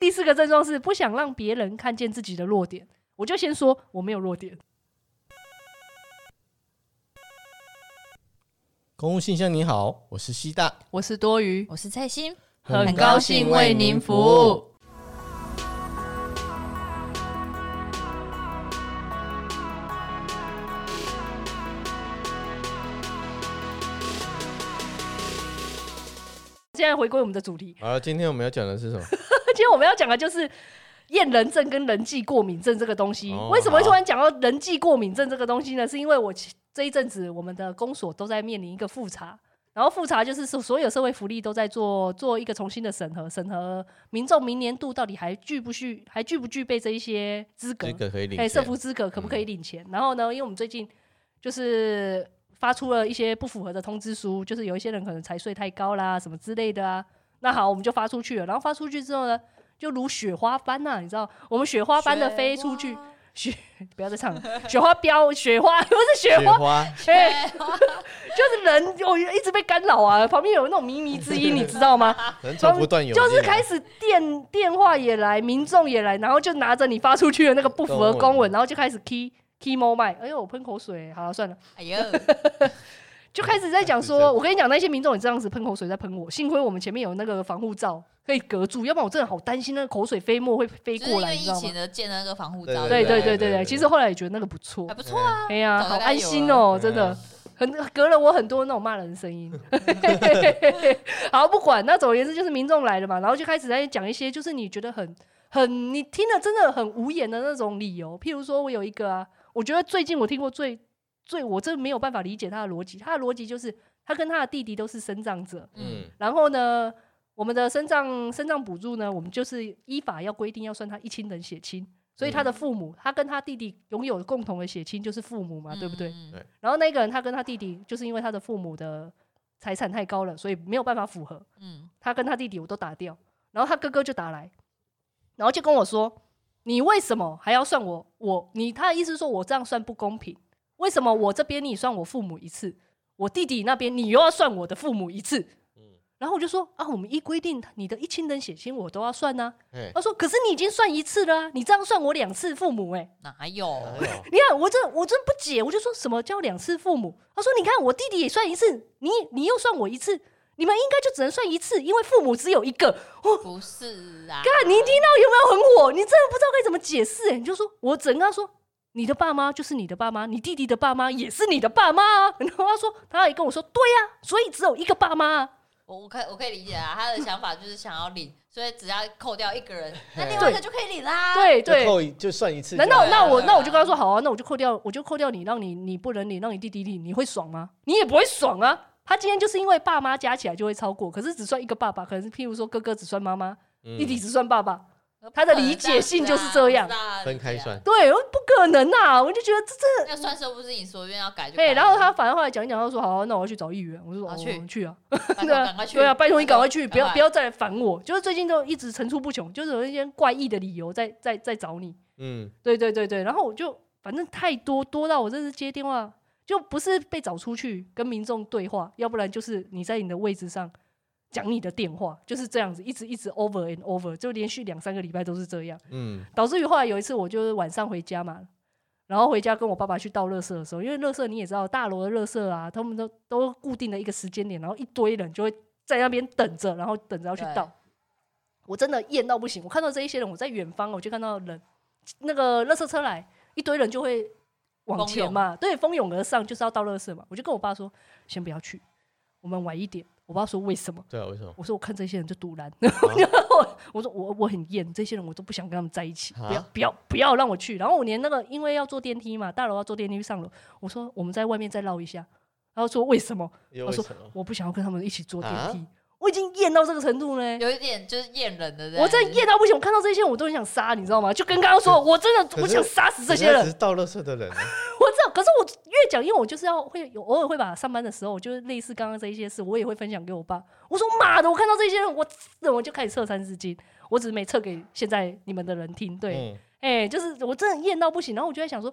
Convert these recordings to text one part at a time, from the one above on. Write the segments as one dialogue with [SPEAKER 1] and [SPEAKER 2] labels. [SPEAKER 1] 第四个症状是不想让别人看见自己的弱点。我就先说我没有弱点，
[SPEAKER 2] 公务信箱，你好，我是西大，
[SPEAKER 3] 我是多余，
[SPEAKER 4] 我是蔡心，
[SPEAKER 3] 很高兴为您服务。
[SPEAKER 1] 现在回归我们的主题，
[SPEAKER 2] 好了，今天我们要讲的是什么？
[SPEAKER 1] 今天我们要讲的就是厌人症跟人际过敏症这个东西。
[SPEAKER 2] 哦
[SPEAKER 1] 为什么会突然讲到人际过敏症这个东西呢？是因为我其这一阵子我们的公所都在面临一个复查，然后复查就是所所有社会福利都在做做一个重新的审核，审核民众明年度到底还具不具还具不具备这一些资格
[SPEAKER 2] 这，个可以领
[SPEAKER 1] 哎，
[SPEAKER 2] 钱。嗯
[SPEAKER 1] 社服资格可不可以领钱？然后呢，因为我们最近就是发出了一些不符合的通知书，就是有一些人可能财税太高啦，什么之类的啊。那好，我们就发出去了。然后发出去之后呢，就如雪花般呐、你知道，我们雪花般的飞出 去，雪不要再唱了，雪花飙，雪花不是雪
[SPEAKER 2] 雪
[SPEAKER 1] 花，
[SPEAKER 2] 花，
[SPEAKER 1] 哎、就是人，我一直被干扰啊，旁边有那种靡靡之音，你知道 吗？
[SPEAKER 2] 人潮不断涌进
[SPEAKER 1] 就
[SPEAKER 2] 来，
[SPEAKER 1] 是 开始电电话也来，民众也来，然后就拿着你发出去的那个不符合公文，然后就开始 key key mo 卖。哎呦，我喷口水，好了算了，
[SPEAKER 4] 哎呦，
[SPEAKER 1] 就开始在讲
[SPEAKER 2] 是这
[SPEAKER 1] 说，
[SPEAKER 2] 样
[SPEAKER 1] 我跟你讲，那些民众也这样子喷口水在喷我，幸亏我们前面有那个防护罩可以隔住，要不然我真的好担心那个口水飞沫会飞
[SPEAKER 4] 就是因
[SPEAKER 1] 过来，
[SPEAKER 4] 为
[SPEAKER 1] 你知
[SPEAKER 4] 疫
[SPEAKER 1] 道吗
[SPEAKER 4] 情？的建了那个防护罩，
[SPEAKER 1] 对对对
[SPEAKER 2] 对
[SPEAKER 1] 对
[SPEAKER 2] 对
[SPEAKER 1] 对，其实后来也觉得那个不错
[SPEAKER 4] 还，不错啊。
[SPEAKER 1] 哎呀，
[SPEAKER 4] 早
[SPEAKER 1] 好
[SPEAKER 4] 就该
[SPEAKER 1] 安
[SPEAKER 4] 有
[SPEAKER 1] 心
[SPEAKER 4] 了
[SPEAKER 1] 哦、
[SPEAKER 2] 对
[SPEAKER 1] 真
[SPEAKER 2] 啊
[SPEAKER 1] 的。很隔了我很多那种骂人的声音， 好不管，那总而言之就是民众来了嘛，然后就开始在讲一些就是你觉得很很你听了真的很无言的那种理由，譬如说我有一个啊，我觉得最近我听过最最我真没有办法理解他的逻辑，他的逻辑就是他跟他的弟弟都是生长者，
[SPEAKER 2] 嗯，
[SPEAKER 1] 然后呢，我们的身障身障补助呢，我们就是依法要规定要算他一亲人血亲，所以他的父母，他跟他弟弟拥有共同的血亲就是父母嘛，对不对？
[SPEAKER 4] 嗯
[SPEAKER 2] 对
[SPEAKER 1] 然后那个人他跟他弟弟，就是因为他的父母的财产太高了，所以没有办法符合。
[SPEAKER 4] 嗯，
[SPEAKER 1] 他跟他弟弟我都打掉，然后他哥哥就打来，然后就跟我说：“你为什么还要算我？我你他的意思是说我这样算不公平？为什么我这边你算我父母一次，我弟弟那边你又要算我的父母一次？”然后我就说啊，我们依规定你的一亲人血亲我都要算呐、
[SPEAKER 2] 哎，
[SPEAKER 1] 他说，可是你已经算一次了啊、你这样算我两次父母哎、
[SPEAKER 4] 哪有？
[SPEAKER 1] 你看我这我真不解，我就说什么叫两次父母？他说你看我弟弟也算一次，你你又算我一次，你们应该就只能算一次，因为父母只有一个。
[SPEAKER 4] 不是啊，
[SPEAKER 1] 干，你一听到有没有很火？你真的不知道该怎么解释、欸，你就说我整个跟他说。你的爸妈就是你的爸妈，你弟弟的爸妈也是你的爸妈 啊。然后他说，他也跟我说，对呀、所以只有一个爸妈、啊。
[SPEAKER 4] 我我可以我可以理解啊，他的想法就是想要领，所以只要扣掉一个人，那
[SPEAKER 2] 嘿
[SPEAKER 4] 另外一个就可以领啦。，
[SPEAKER 1] 对
[SPEAKER 2] 就
[SPEAKER 1] 对，
[SPEAKER 2] 扣一就算一次就
[SPEAKER 1] 难
[SPEAKER 2] 好。
[SPEAKER 1] 道
[SPEAKER 4] 对
[SPEAKER 1] 那我
[SPEAKER 4] 对
[SPEAKER 1] 那我就跟他说好啊，那我就扣掉，我就扣掉你，让你你不能领，让你弟弟领，你会爽吗？你也不会爽啊。他今天就是因为爸妈加起来就会超过，可是只算一个爸爸，可能是譬如说哥哥只算妈妈，
[SPEAKER 2] 嗯
[SPEAKER 1] 弟弟只算爸爸，他的理解性就是这样
[SPEAKER 2] 分开，算？
[SPEAKER 1] 对，我不可能啊！我就觉得这这，
[SPEAKER 4] 那算数不是你所愿要改就改。
[SPEAKER 1] 哎，然后他反正后来讲一讲，他说好啊、那我要去找议员，我说
[SPEAKER 4] 好
[SPEAKER 1] 哦
[SPEAKER 4] 啊去
[SPEAKER 1] 去啊，
[SPEAKER 4] 拜
[SPEAKER 1] 对
[SPEAKER 4] 托
[SPEAKER 1] 啊
[SPEAKER 4] 赶快去，
[SPEAKER 1] 对啊，拜托你赶快去，不要不
[SPEAKER 4] 要。
[SPEAKER 1] 要再来烦我，就是最近都一直层出不穷，就是有一些怪异的理由在在在找你。
[SPEAKER 2] 嗯，
[SPEAKER 1] 对对对对，然后我就反正太多多到我真是接电话，就不是被找出去跟民众对话，要不然就是你在你的位置上讲你的电话，就是这样子，一直一直 over and over，就连续两三个礼拜都是这样，
[SPEAKER 2] 嗯，
[SPEAKER 1] 导致于后来有一次我就是晚上回家嘛。然后回家跟我爸爸去倒垃圾的时候，因为垃圾你也知道，大楼的垃圾啊，他们都都固定的一个时间点，然后一堆人就会在那边等着，然后等着要去
[SPEAKER 4] 对
[SPEAKER 1] 倒。我真的厌到不行，我看到这一些人，我在远方我就看到人，那个垃圾车来，一堆人就会往前嘛，对，蜂拥而上就是要倒垃圾嘛。我就跟我爸说，先不要去，我们晚一点。我爸说为什么？
[SPEAKER 2] 对啊，为什么？
[SPEAKER 1] 我说我看这些人就堵然，然
[SPEAKER 2] 哦
[SPEAKER 1] 后 我说我我很厌这些人，我都不想跟他们在一起，
[SPEAKER 2] 啊
[SPEAKER 1] 不要不要不要让我去。然后我连那个因为要坐电梯嘛，大楼要坐电梯上楼，我说我们在外面再绕一下，然后说为什么？
[SPEAKER 2] 又
[SPEAKER 1] 我
[SPEAKER 2] 为
[SPEAKER 1] 说
[SPEAKER 2] 什么？
[SPEAKER 1] 我不想要跟他们一起坐电
[SPEAKER 2] 啊
[SPEAKER 1] 梯，我已经厌到这个程度呢。
[SPEAKER 4] 有一点就是厌人的这样子，
[SPEAKER 1] 我真的厌到不行，我看到这些我都很想杀，你知道吗？就跟刚刚说，我真
[SPEAKER 2] 可
[SPEAKER 1] 的
[SPEAKER 2] 是
[SPEAKER 1] 我想杀死这些
[SPEAKER 2] 人家只
[SPEAKER 1] 人，
[SPEAKER 2] 是倒垃圾的人啊，
[SPEAKER 1] 我知道。可是我越讲，因为我就是要会有偶尔会把上班的时候，我就是类似刚刚这一些事，我也会分享给我爸。我说妈的，我看到这些人，我我就开始测三字经，我只是没测给现在你们的人听。对，
[SPEAKER 2] 嗯，
[SPEAKER 1] 哎、就是我真的厌到不行，然后我就在想说，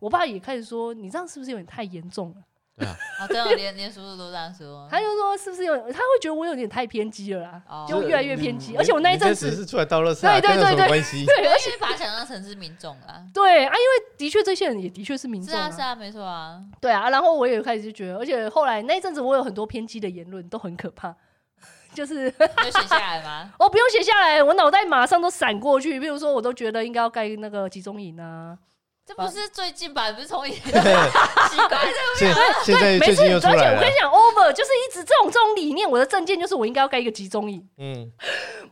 [SPEAKER 1] 我爸也开始说，你这样是不是有点太严重了？
[SPEAKER 4] 哦，真的连连叔叔都这样说。
[SPEAKER 1] 他就说是不是有，他会觉得我有点太偏激了啊啦，
[SPEAKER 4] 哦
[SPEAKER 1] 就
[SPEAKER 2] 这
[SPEAKER 1] 越来越偏
[SPEAKER 2] 你
[SPEAKER 1] 激。而且我那一
[SPEAKER 2] 嗯你这
[SPEAKER 1] 阵
[SPEAKER 2] 只
[SPEAKER 1] 子，
[SPEAKER 2] 是出来倒垃圾啊，
[SPEAKER 1] 对对
[SPEAKER 2] 跟有什
[SPEAKER 1] 对
[SPEAKER 2] 么
[SPEAKER 1] 对
[SPEAKER 2] 关系？
[SPEAKER 1] 对，而且
[SPEAKER 4] 因为把他想象成是民众啦。
[SPEAKER 1] 对啊，因为的确这些人也的确是民
[SPEAKER 4] 是
[SPEAKER 1] 众
[SPEAKER 4] 啊，是啊，没错啊。
[SPEAKER 1] 对啊，然后我也开始就觉得，而且后来那一阵子我有很多偏激的言论，都很可怕。就是
[SPEAKER 4] 你有写下来 吗？
[SPEAKER 1] 我哦不用写下来，我脑袋马上都闪过去。比如说，我都觉得应该要盖那个集中营啊，
[SPEAKER 4] 这不是最近吧？不是从以前
[SPEAKER 1] 奇 怪，
[SPEAKER 2] 现现在
[SPEAKER 1] 没
[SPEAKER 2] 最
[SPEAKER 1] 事。
[SPEAKER 2] 近又
[SPEAKER 1] 而且
[SPEAKER 2] 出来
[SPEAKER 1] 我跟你
[SPEAKER 2] 了，
[SPEAKER 1] 讲，over 就是一直这种这种理念，我的证件就是我应该要盖一个集中营，
[SPEAKER 2] 嗯，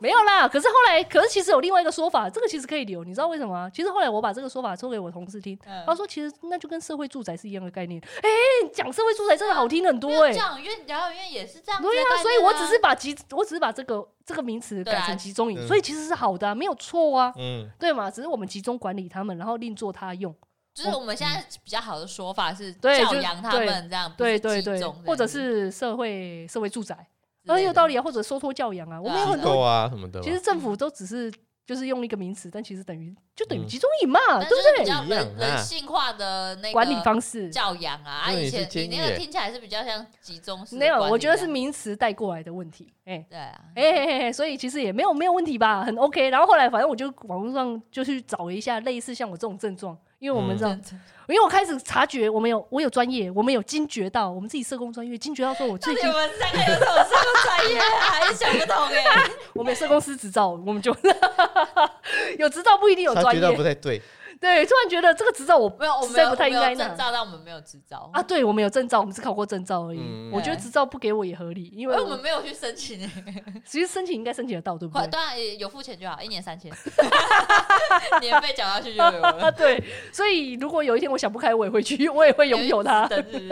[SPEAKER 1] 没有啦。可是后来，可是其实有另外一个说法，这个其实可以留，你知道为什么吗？其实后来我把这个说法说给我同事听，
[SPEAKER 4] 嗯
[SPEAKER 1] 他说其实那就跟社会住宅是一样的概念。哎、你讲社会住宅真的好听很
[SPEAKER 4] 没
[SPEAKER 1] 多
[SPEAKER 4] 有
[SPEAKER 1] 哎、
[SPEAKER 4] 这样，因为疗养院也是这样子
[SPEAKER 1] 对
[SPEAKER 4] 的概念啊。
[SPEAKER 1] 啊，所以我只是把集，我只是把这个这个名词
[SPEAKER 4] 对啊
[SPEAKER 1] 改成集中营，
[SPEAKER 2] 嗯
[SPEAKER 1] 所以其实是好的、啊，没有错啊，
[SPEAKER 2] 嗯，
[SPEAKER 1] 对嘛？只是我们集中管理他们，然后另作他用，
[SPEAKER 4] 就是我们现在比较好的说法是
[SPEAKER 1] 对
[SPEAKER 4] 教
[SPEAKER 1] 就
[SPEAKER 4] 养他
[SPEAKER 1] 对
[SPEAKER 4] 们这样，不
[SPEAKER 1] 对
[SPEAKER 4] 是
[SPEAKER 1] 对
[SPEAKER 4] 集
[SPEAKER 1] 对
[SPEAKER 4] 中，
[SPEAKER 1] 或者
[SPEAKER 4] 这样
[SPEAKER 1] 是社会社会住宅，
[SPEAKER 4] 之
[SPEAKER 1] 呃，
[SPEAKER 4] 类
[SPEAKER 1] 有
[SPEAKER 4] 的
[SPEAKER 1] 道理啊，或者收托教养啊，我们
[SPEAKER 4] 对啊嗯
[SPEAKER 1] 有很
[SPEAKER 2] 够
[SPEAKER 1] 多，
[SPEAKER 2] 啊什么的吧，
[SPEAKER 1] 其实政府都只是就是用一个名词，但其实等于就等于
[SPEAKER 2] 嗯
[SPEAKER 1] 集中营嘛，
[SPEAKER 4] 但
[SPEAKER 1] 对
[SPEAKER 4] 就
[SPEAKER 1] 不
[SPEAKER 4] 是比
[SPEAKER 1] 对？
[SPEAKER 4] 较人
[SPEAKER 2] 一样啊
[SPEAKER 4] 人性化的那个
[SPEAKER 1] 管理方式
[SPEAKER 4] 教养啊，啊
[SPEAKER 2] 因为
[SPEAKER 4] 以
[SPEAKER 2] 你是
[SPEAKER 4] 前你
[SPEAKER 2] 监狱
[SPEAKER 4] 那个
[SPEAKER 2] 欸
[SPEAKER 4] 听起来是比较像集中式的
[SPEAKER 1] 没有，
[SPEAKER 4] 管
[SPEAKER 1] 我
[SPEAKER 4] 理
[SPEAKER 1] 觉得
[SPEAKER 4] 这
[SPEAKER 1] 是
[SPEAKER 4] 样
[SPEAKER 1] 名词带过来的问题，哎、
[SPEAKER 4] 对啊，
[SPEAKER 1] 哎、嘿嘿嘿所以其实也没有没有问题吧，很 OK。然后后来反正我就网络上就去找一下类似像我这种症状，因为我们
[SPEAKER 2] 嗯
[SPEAKER 1] 知道，因为我开始察觉我们有我有专业，我们有惊觉到我们自己社工专业，惊觉到说我
[SPEAKER 4] 到
[SPEAKER 1] 最
[SPEAKER 4] 底
[SPEAKER 1] 近
[SPEAKER 4] 我们三个有什么这么专业 啊，还是想不通哎？
[SPEAKER 1] 我们有社工师执照，我们就 有执照不一定有
[SPEAKER 2] 察
[SPEAKER 1] 专
[SPEAKER 2] 觉到
[SPEAKER 1] 业
[SPEAKER 2] 不，太对，
[SPEAKER 1] 对，突然觉得这个执照我
[SPEAKER 4] 没有，我
[SPEAKER 1] 实
[SPEAKER 4] 们
[SPEAKER 1] 在
[SPEAKER 4] 有
[SPEAKER 1] 不太
[SPEAKER 4] 我们
[SPEAKER 1] 应该
[SPEAKER 4] 有
[SPEAKER 1] 拿
[SPEAKER 4] 证照，但我们没有执照
[SPEAKER 1] 啊，，对我们有证照，我们只考过证照而已。
[SPEAKER 2] 嗯
[SPEAKER 1] 我觉得
[SPEAKER 4] 对
[SPEAKER 1] 执照不给我也合理，因
[SPEAKER 4] 因
[SPEAKER 1] 为
[SPEAKER 4] 为
[SPEAKER 1] 我
[SPEAKER 4] 哎我们没有去申请欸，
[SPEAKER 1] 其实申请应该申请得到，对不
[SPEAKER 4] 快
[SPEAKER 1] 对？
[SPEAKER 4] 当然也有付钱就好，一年三千，年费缴下去就有
[SPEAKER 1] 啊，
[SPEAKER 4] 了。
[SPEAKER 1] 对，所以如果有一天我想不开，我也会去，我也会 拥有它。
[SPEAKER 4] 等日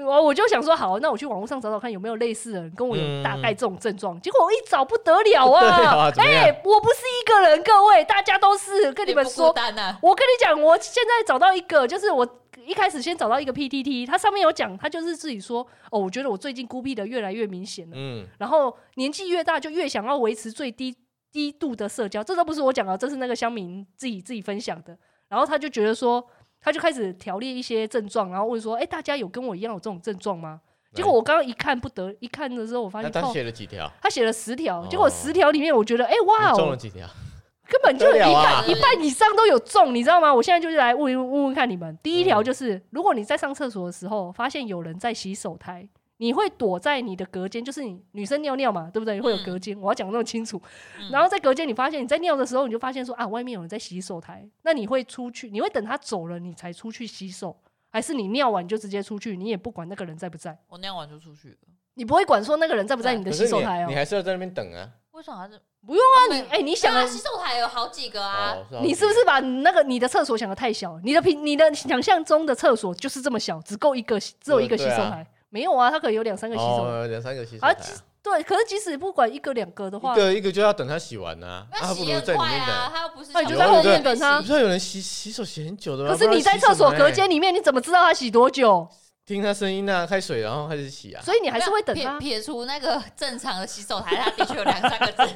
[SPEAKER 1] 我我就想说，好，那我去网络上找找看有没有类似的人跟我有
[SPEAKER 2] 嗯
[SPEAKER 1] 大概这种症状。结果我一找不得了
[SPEAKER 2] 不得了
[SPEAKER 1] 啊
[SPEAKER 2] 啊！怎么
[SPEAKER 1] 哎、
[SPEAKER 2] 样
[SPEAKER 1] 我不是一个人，各位，大家都是跟你们
[SPEAKER 4] 不啊孤
[SPEAKER 1] 说，
[SPEAKER 4] 单呐，
[SPEAKER 1] 我跟你讲，我现在找到一个，就是我一开始先找到一个 PTT，它上面有讲，它就是自己说，哦，我觉得我最近孤僻的越来越明显了，
[SPEAKER 2] 嗯，
[SPEAKER 1] 然后年纪越大就越想要维持最低低度的社交，这都不是我讲的，这是那个乡民自己自己分享的。然后他就觉得说，他就开始条列一些症状，然后问说，哎，大家有跟我一样有这种症状吗？结果我刚刚一看不得，一看的时候我发
[SPEAKER 2] 那
[SPEAKER 1] 现，
[SPEAKER 2] 他
[SPEAKER 1] 靠，
[SPEAKER 2] 写了几条？
[SPEAKER 1] 他写了十条，结
[SPEAKER 2] 哦
[SPEAKER 1] 果十条里啊面我觉得，哎，哇
[SPEAKER 2] 你中
[SPEAKER 1] 哦
[SPEAKER 2] 了，几条？
[SPEAKER 1] 根本就
[SPEAKER 2] 不
[SPEAKER 1] 一
[SPEAKER 2] 得了
[SPEAKER 1] 半、
[SPEAKER 2] 啊
[SPEAKER 1] 一半以上都有中，你知道吗？我现在就是来问一问问问看你们。第一条就是，
[SPEAKER 2] 嗯
[SPEAKER 1] 如果你在上厕所的时候发现有人在洗手台，你会躲在你的隔间，就是你女生尿尿嘛，对不对？
[SPEAKER 2] 嗯
[SPEAKER 1] 会有隔间，我要讲得那么清楚。
[SPEAKER 4] 嗯
[SPEAKER 1] 然后在隔间，你发现你在尿的时候，你就发现说啊，外面有人在洗手台，那你会出去，你会等他走了你才出去洗手，还是你尿完就直接出去，你也不管那个人在不在？
[SPEAKER 4] 我那样玩就出去了。
[SPEAKER 1] 你不会管说那个人在不在
[SPEAKER 4] 对
[SPEAKER 1] 你的
[SPEAKER 2] 可
[SPEAKER 1] 洗
[SPEAKER 2] 是
[SPEAKER 1] 手
[SPEAKER 2] 你
[SPEAKER 1] 台哦、
[SPEAKER 2] 你还是要在那边等啊。
[SPEAKER 4] 为什么还是
[SPEAKER 1] 不用啊，你
[SPEAKER 4] 没
[SPEAKER 1] 哎、你想的
[SPEAKER 4] 啊洗手台有好几个啊，
[SPEAKER 2] 哦
[SPEAKER 1] 你是不是把那个你的厕所想的太小？你的平你的想象中的厕所就是这么小，只够一个洗只有一个洗手台，没有啊，它可能有两三个洗手台。
[SPEAKER 2] 哦，两三个洗手
[SPEAKER 1] 啊
[SPEAKER 2] 台
[SPEAKER 1] 其实
[SPEAKER 2] 啊，
[SPEAKER 1] 对，可是即使不管一个两个的话
[SPEAKER 2] 一，个一个就要等他洗完啊，啊，
[SPEAKER 4] 那
[SPEAKER 2] 不
[SPEAKER 4] 洗
[SPEAKER 2] 如
[SPEAKER 4] 也
[SPEAKER 2] 在
[SPEAKER 4] 很
[SPEAKER 2] 里
[SPEAKER 4] 快
[SPEAKER 2] 面
[SPEAKER 4] 啊，
[SPEAKER 2] 等。
[SPEAKER 4] 他又不是
[SPEAKER 1] 那
[SPEAKER 4] 想
[SPEAKER 1] 你
[SPEAKER 4] 说
[SPEAKER 2] 就在后面
[SPEAKER 1] 等他
[SPEAKER 2] 你知道有人洗洗手洗很久的吗？啊
[SPEAKER 1] 可是你在厕所
[SPEAKER 2] 欸
[SPEAKER 1] 隔间里面，你怎么知道他洗多久？
[SPEAKER 2] 听他声音啊，开水然后开始洗啊。
[SPEAKER 1] 所以你还是会等他。
[SPEAKER 4] 撇撇除那个正常的洗手台，他的确有两三个字。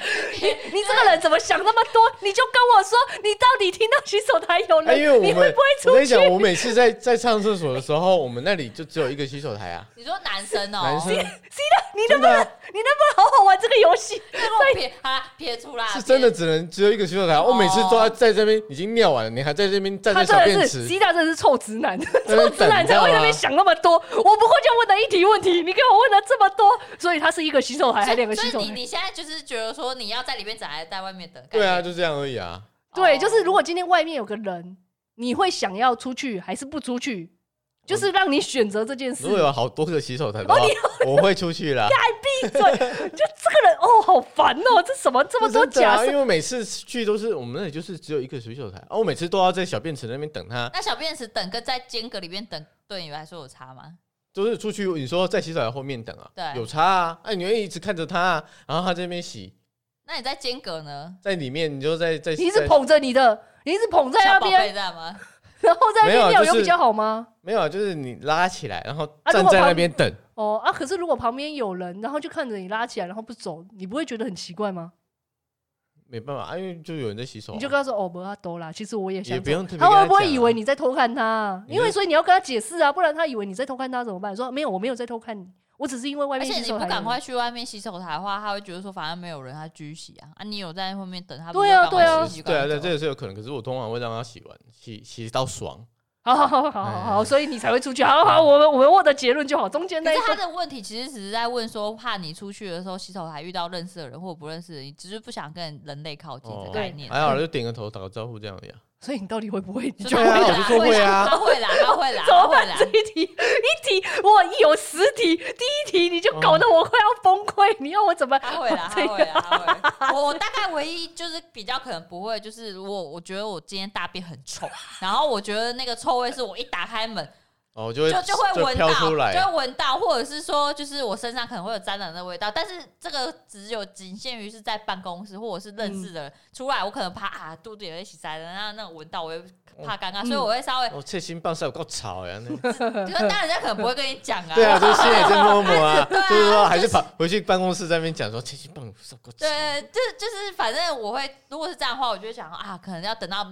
[SPEAKER 1] 你这个人怎么想那么多？你就跟我说，你到底听到洗手台有
[SPEAKER 2] 哎，
[SPEAKER 1] 人，
[SPEAKER 2] 因为 我
[SPEAKER 1] 你
[SPEAKER 2] 们
[SPEAKER 1] 会不
[SPEAKER 2] 我
[SPEAKER 1] 会
[SPEAKER 2] 跟
[SPEAKER 1] 出
[SPEAKER 2] 你讲，
[SPEAKER 1] 去？
[SPEAKER 2] 我每次在 在上厕所的时候，我们那里就只有一个洗手台啊。
[SPEAKER 4] 你说男生哦、
[SPEAKER 2] 男生
[SPEAKER 1] 你能
[SPEAKER 2] 真
[SPEAKER 1] 不能，
[SPEAKER 2] 的啊
[SPEAKER 1] 你能不能好好玩这个游戏？
[SPEAKER 4] 那如果撇好啦，撇除
[SPEAKER 1] 啊
[SPEAKER 4] 啦，
[SPEAKER 2] 是真的
[SPEAKER 4] 撇
[SPEAKER 2] 只能只有一个洗手台，我每次都要在这边已经尿完了，你还在这边站
[SPEAKER 1] 哦他
[SPEAKER 2] 在
[SPEAKER 1] 真
[SPEAKER 2] 小便
[SPEAKER 1] 的
[SPEAKER 2] 池
[SPEAKER 1] 是，西大真的是臭直男，
[SPEAKER 2] 在
[SPEAKER 1] 臭
[SPEAKER 2] 那边
[SPEAKER 1] 直
[SPEAKER 2] 等啊
[SPEAKER 1] 男才会在那边想那么多。我不过就问了一题问题，你给我问了这么多，所以他是一个洗手台，还两个洗手
[SPEAKER 4] 所以你
[SPEAKER 1] 台。
[SPEAKER 4] 你现在就是觉得说你要在里面等，还是在外面等？
[SPEAKER 2] 对啊，，就这样而已啊。
[SPEAKER 1] 对，
[SPEAKER 4] 哦
[SPEAKER 1] 就是如果今天外面有个人，你会想要出去还是不出去？就是让你选择这件事。
[SPEAKER 2] 如果有好多个洗手台的
[SPEAKER 1] 哦
[SPEAKER 2] 话，我会出去啦。
[SPEAKER 1] 对，就这个人哦，好烦哦，这什么这么多
[SPEAKER 2] 真的啊
[SPEAKER 1] 假设
[SPEAKER 2] 因？为每次去都是我们那里就是只有一个洗手台，啊，我每次都要在小便池那边等他，
[SPEAKER 4] 那小便池等跟在间隔里面等，对你来说有差吗？
[SPEAKER 2] 就是出去你说在洗手台后面等啊，
[SPEAKER 4] 对
[SPEAKER 2] 有差啊，哎、你会一直看着他、啊，然后他这边洗，
[SPEAKER 4] 那你在间隔呢？
[SPEAKER 2] 在里面你就在在
[SPEAKER 1] 你一直
[SPEAKER 2] 在
[SPEAKER 1] 捧着你的，你一直捧在那
[SPEAKER 4] 小宝
[SPEAKER 1] 边，
[SPEAKER 4] 贝在吗？
[SPEAKER 1] 然后在那
[SPEAKER 2] 没有
[SPEAKER 1] 边
[SPEAKER 2] 啊
[SPEAKER 1] 尿有
[SPEAKER 2] 就是
[SPEAKER 1] 比较好吗？
[SPEAKER 2] 没有啊，就是你拉起来，然后
[SPEAKER 1] 啊如
[SPEAKER 2] 站
[SPEAKER 1] 果
[SPEAKER 2] 在
[SPEAKER 1] 旁
[SPEAKER 2] 那边等，
[SPEAKER 1] 哦啊，可是如果旁边有人，然后就看着你拉起来，然后不走，你不会觉得很奇怪吗？
[SPEAKER 2] 没办法啊，因为就有人在洗手啊、
[SPEAKER 1] 你就跟他说哦，不要多啦，其实我也想
[SPEAKER 2] 也
[SPEAKER 1] 走。
[SPEAKER 2] 不用特别
[SPEAKER 1] 他
[SPEAKER 2] 跟
[SPEAKER 1] 会不会
[SPEAKER 2] 讲啊
[SPEAKER 1] 以为你在偷看他啊？
[SPEAKER 2] 你
[SPEAKER 1] 因为
[SPEAKER 2] 就
[SPEAKER 1] 所以你要跟他解释啊，不然他以为你在偷看他怎么办？说没有，我没有在偷看你，我只是因为外
[SPEAKER 4] 而
[SPEAKER 1] 面
[SPEAKER 4] 且
[SPEAKER 1] 洗
[SPEAKER 4] 你
[SPEAKER 1] 手
[SPEAKER 4] 不
[SPEAKER 1] 台
[SPEAKER 4] 赶
[SPEAKER 1] 有
[SPEAKER 4] 快去外面洗手台的话，他会觉得说反正没有人，他继续洗啊啊！你有在后面等他，
[SPEAKER 1] 对啊
[SPEAKER 4] 不是
[SPEAKER 1] 对
[SPEAKER 4] 赶快
[SPEAKER 1] 啊
[SPEAKER 4] 洗洗
[SPEAKER 2] 对啊，对，这
[SPEAKER 4] 这
[SPEAKER 2] 也是有可能。可是我通常会让他洗完，洗洗到爽。
[SPEAKER 1] 好 好好好好好，所以你才会出去。好
[SPEAKER 2] 哎
[SPEAKER 1] 好，我们我们握的结论就好，中间那
[SPEAKER 4] 可
[SPEAKER 1] 一
[SPEAKER 4] 是他
[SPEAKER 1] 段
[SPEAKER 4] 的问题其实只是在问说，怕你出去的时候洗手台遇到认识的人或不认识的人，你只是不想跟人类靠近的
[SPEAKER 2] 哦
[SPEAKER 4] 概念。
[SPEAKER 2] 还好，就点个头，打个招呼这样而已啊。
[SPEAKER 1] 所以你到底会不会？你就
[SPEAKER 4] 就他
[SPEAKER 1] 会
[SPEAKER 2] 对啊
[SPEAKER 4] 啦
[SPEAKER 2] 我就说会啊
[SPEAKER 4] 他会啦，他会啦，
[SPEAKER 1] 怎
[SPEAKER 4] 他
[SPEAKER 1] 么
[SPEAKER 4] 会
[SPEAKER 1] 办？
[SPEAKER 4] 啦
[SPEAKER 1] 这。一题一题，我有十题，第一题你就搞
[SPEAKER 2] 哦
[SPEAKER 1] 得我快要崩溃，你要我怎么？
[SPEAKER 4] 他会啦，他会啦，他会。我我大概唯一就是比较可能不会，就是如果我觉得我今天大便很臭， 然后我觉得那个臭味是我一打开门
[SPEAKER 2] 哦，就会
[SPEAKER 4] 就就会闻到，
[SPEAKER 2] 飘
[SPEAKER 4] 就
[SPEAKER 2] 出来。
[SPEAKER 4] 会闻到，或者是说，就是我身上可能会有沾染的味道，但是这个只有仅限于是在办公室或者是认识的
[SPEAKER 2] 嗯
[SPEAKER 4] 人、出来，我可能怕啊肚子也会起塞的，那那种闻到我也怕尴尬，所以我会稍微，
[SPEAKER 2] 哦，切心棒塞有够吵呀！那
[SPEAKER 4] 就是当然人家可能不会跟你讲啊，
[SPEAKER 2] 对啊，就是心里 真摸摸啊，
[SPEAKER 4] 对啊
[SPEAKER 2] 就是说还是跑回去办公室在那边讲说切心棒塞有够吵。
[SPEAKER 4] 对，就就是反正我会，如果是这样的话，我就会想啊，可能要等到